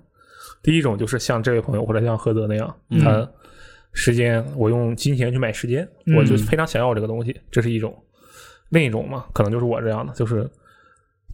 第一种就是像这位朋友或者像何泽那样，他时间我用金钱去买时间，我就非常想要这个东西，这是一种。另一种嘛，可能就是我这样的，就是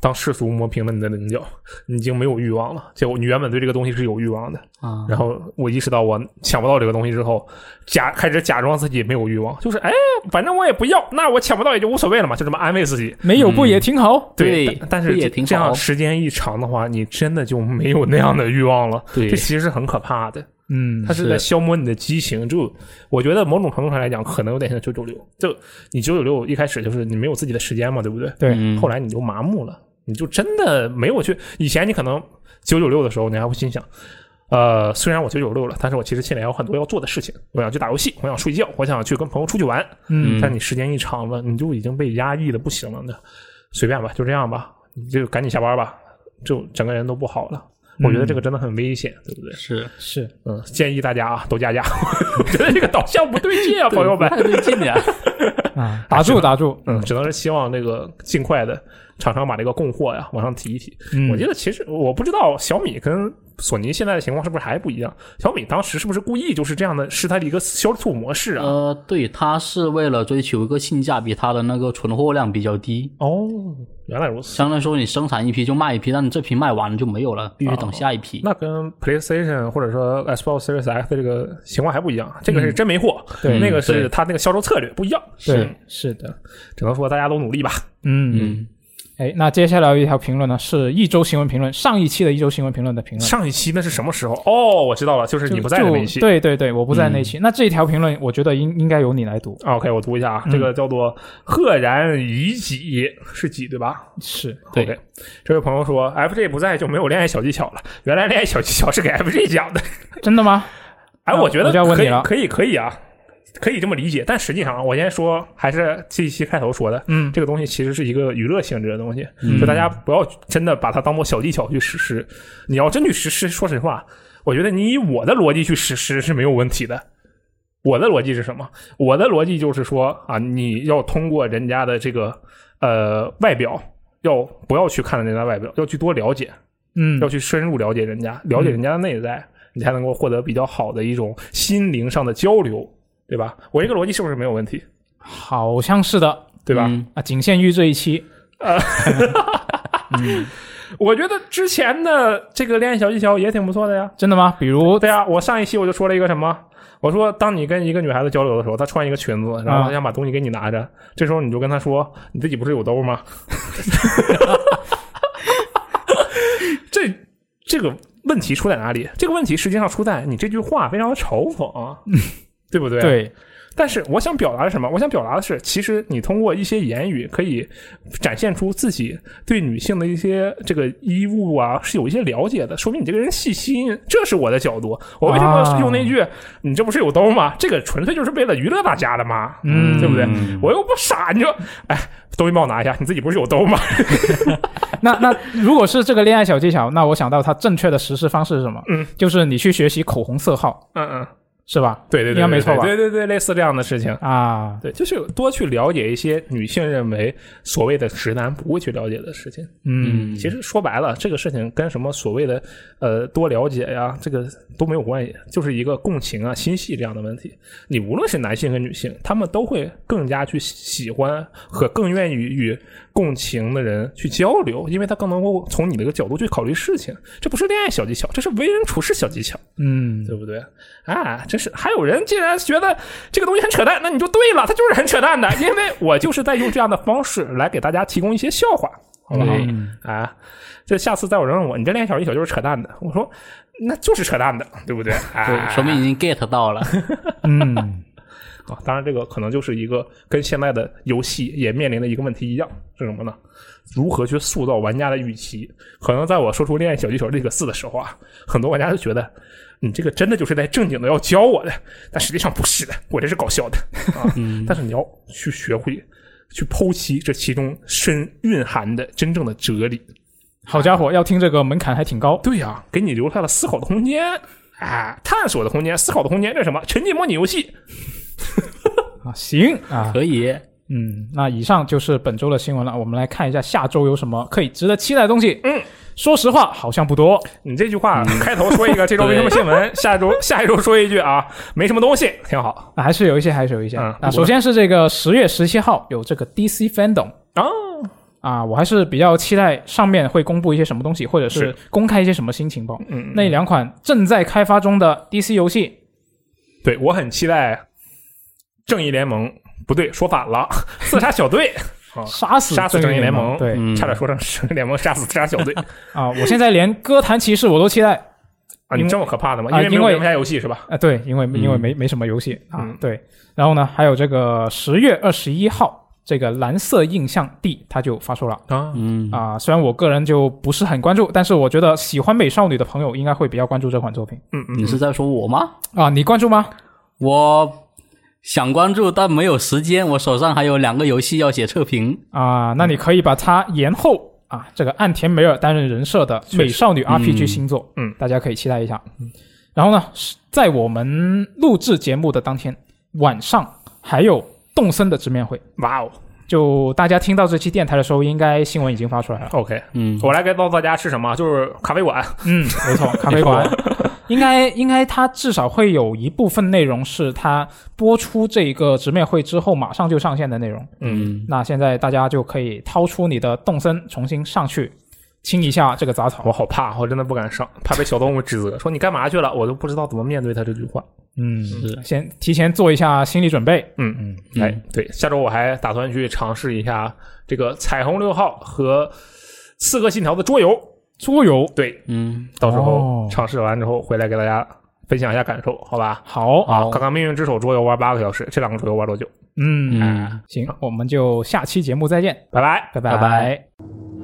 当世俗磨平了你的棱角，你已经没有欲望了。结果你原本对这个东西是有欲望的，
啊
然后我意识到我抢不到这个东西之后，假开始假装自己没有欲望，就是哎，反正我也不要，那我抢不到也就无所谓了嘛，就这么安慰自己。
没有不也挺好？
嗯对，
对
但但是
这也
这
挺
这
好
样时间一长的话，你真的就没有那样的欲望了。
对
这其实是很可怕的，
嗯
它是在
是
消磨你的激情。就我觉得某种程度上来讲，可能有点像九九六。就你九九六一开始就是你没有自己的时间嘛，对不对？
对
嗯
后来你就麻木了，你就真的没有去。以前你可能九九六的时候，你还会心想。呃，虽然我九九六了，但是我其实心里还有很多要做的事情。我想去打游戏，我想睡觉，我想去跟朋友出去玩。
嗯
但你时间一长了，你就已经被压抑的不行了。那随便吧，就这样吧，你就赶紧下班吧，就整个人都不好了。我觉得这个真的很危险，对不对？
是
是
嗯，建议大家啊，都加价。 我觉得这个导向不对劲啊，朋友们。
太对 劲了。
啊，打住打住，
嗯，只能是希望这个尽快的厂商把这个供货呀往上提一提。
嗯
我觉得其实我不知道小米跟索尼现在的情况是不是还不一样。小米当时是不是故意就是这样的，是它的一个销售模
嗯
式啊？
呃，对，它是为了追求一个性价比，它的那个存货量比较低，
哦，原来如此。
相当于说你生产一批就卖一批，但你这批卖完了就没有了，必须等下一批。
那跟 PlayStation 或者说 Xbox Series X 的这个情况还不一样，这个是真没货，
嗯对
那个
对
是它那个销售策略不一样。嗯
对，是的，
只能说大家都努力吧。
嗯，
嗯，
哎，那接下来有一条评论呢，是一周新闻评论，上一期的一周新闻评论的评论。
上一期那是什么时候？哦，我知道了，就
嗯
是嗯
就
你不在的那一
就。
期
对对对，我不在那一期。那这一条评论，我觉得应应该由你来读。
OK，我读一下啊，
嗯
这个叫做“赫然以己”，是己对吧？
是
对
OK，这位朋友说，FJ 不在就没有恋爱小技巧了。原来恋爱小技巧是给 FJ 讲的。
真的吗？
哎，
那
我觉得
啊我就要问
可
你了
以，可以，可以啊，可以这么理解。但实际上，我先说，还是这一期开头说的，
嗯
这个东西其实是一个娱乐性质的东西，就大家不要真的把它当做小技巧去实施。你要真去实施，说实话，我觉得你以我的逻辑去实施是没有问题的。我的逻辑是什么？我的逻辑就是说啊，你要通过人家的这个呃外表，要不要去看人家外表，要去多了解，
嗯
要去深入了解人家，了解人家的内在，你才能够获得比较好的一种心灵上的交流，对吧？我这个逻辑是不是没有问题？
好像是的
对吧？
嗯
啊，仅限于这一期。
我觉得之前的这个恋爱小技巧也挺不错的呀。
真的吗？比如
对啊，我上一期我就说了一个什么，我说当你跟一个女孩子交流的时候，她穿一个裙子，然后她想把东西给你拿着，这时候你就跟她说，你自己不是有兜吗？ 这这个问题出在哪里？这个问题实际上出在你这句话非常的嘲讽，对不对？。啊
对，
但是我想表达的是什么？我想表达的是，其实你通过一些言语可以展现出自己对女性的一些这个衣物啊是有一些了解的，说明你这个人细心。这是我的角度。我为什
啊
么用那句“你这不是有兜吗”？这个纯粹就是为了娱乐大家的嘛，
嗯
对不对？我又不傻，你说，哎，东西帮我拿一下，你自己不是有兜 吗？
那那如果是这个恋爱小技巧，那我想到它正确的实施方式是什么？
嗯，
就是你去学习口红色号，
嗯嗯，
是吧？
对对对，
应该没错吧
对对对，类似这样的事情。
啊，
对，就是多去了解一些女性认为所谓的直男不会去了解的事情。
嗯，
其实说白了，这个事情跟什么所谓的呃多了解呀，这个都没有关系，就是一个共情啊、心系这样的问题。你无论是男性和女性，他们都会更加去喜欢和更愿意与共情的人去交流，因为他更能够从你的一个角度去考虑事情。这不是恋爱小技巧，这是为人处事小技巧，
嗯，
对不对？啊，真是还有人竟然觉得这个东西很扯淡，那你就对了，它就是很扯淡的，因为我就是在用这样的方式来给大家提供一些笑话，好不好？
嗯
啊，这下次再有人问我，你这练小技巧就是扯淡的，我说那就是扯淡的，对不对？啊，
对，说明已经 get 到 了。
嗯，
啊，当然这个可能就是一个跟现在的游戏也面临的一个问题一样，是什么呢？如何去塑造玩家的预期？可能在我说出“恋爱小技巧”这个字的时候啊，很多玩家就觉得你这个真的就是在正经的要教我的，但实际上不是的，我这是搞笑的啊。但是你要去学会去剖析这其中深蕴含的真正的哲理，
好家伙，要听这个门槛还挺高。
对呀、给你留下了思考的空间，哎，探索的空间，思考的空间，这是什么？沉浸模拟游戏。
啊，行啊，
可以，
哎
嗯，那以上就是本周的新闻了。我们来看一下下周有什么可以值得期待的东西。
嗯，
说实话好像不多。
你这句话
嗯
开头说一个这周没什么新闻，下周 下一周说一句啊，没什么东西，挺好
啊还是有一些，还是有一些。
嗯
啊，首先是这个十月十七号有这个 DC Fandom
啊。
啊，我还是比较期待上面会公布一些什么东西，或者是
是
公开一些什么新情报。
嗯，
那两款正在开发中的 DC 游戏
对我很期待正义联盟，不对，说 反了，自杀小队，
《杀死
哦杀死正义联盟
对、
嗯
差点说成是联盟杀死自杀小 队
啊，我现在连哥谭骑士我都期待。
啊！你这么可怕的吗？
啊
因为没
因
有
为
联盟加游戏是吧？
啊，对，因为因为没没什么游戏啊
嗯，
对。然后呢，还有这个十月二十一号，这个蓝色印象 D 它就发售了
啊，
嗯，
啊。虽然我个人就不是很关注，但是我觉得喜欢美少女的朋友应该会比较关注这款作品
嗯
你
嗯，
是在说我吗？
啊。你关注吗？
我想关注，但没有时间，我手上还有两个游戏要写测评。
啊，那你
嗯
可以把它延后啊。这个岸田美尔担任人设的美少女 RPG 新作，
嗯
大家可以期待一下。然后呢，是在我们录制节目的当天晚上，还有动森的直面会。
哇哦。
就大家听到这期电台的时候，应该新闻已经发出来了
，OK，啊
嗯，
我来给到大家是什么？就是咖啡馆，
嗯，没错，咖啡馆应该应该它至少会有一部分内容是它播出这个直面会之后马上就上线的内容。
嗯，
那现在大家就可以掏出你的动森，重新上去清一下这个杂
我
草。
好怕，我真的不敢上，怕被小动物指责，说你干嘛去了，我都不知道怎么面对他这句话。
嗯，先提前做一下心理准备。
嗯嗯，哎，对，下周我还打算去尝试一下这个《彩虹六号》和《刺客信条》的桌游。
桌游
对，
嗯，
到时候
哦
尝试完之后回来给大家分享一下感受，好吧？
好，
啊，刚刚《命运之手》桌游玩八个小时，这两个桌游玩多久？
嗯，
啊
嗯
行，我们就下期节目再见，
拜拜。
拜
拜拜
拜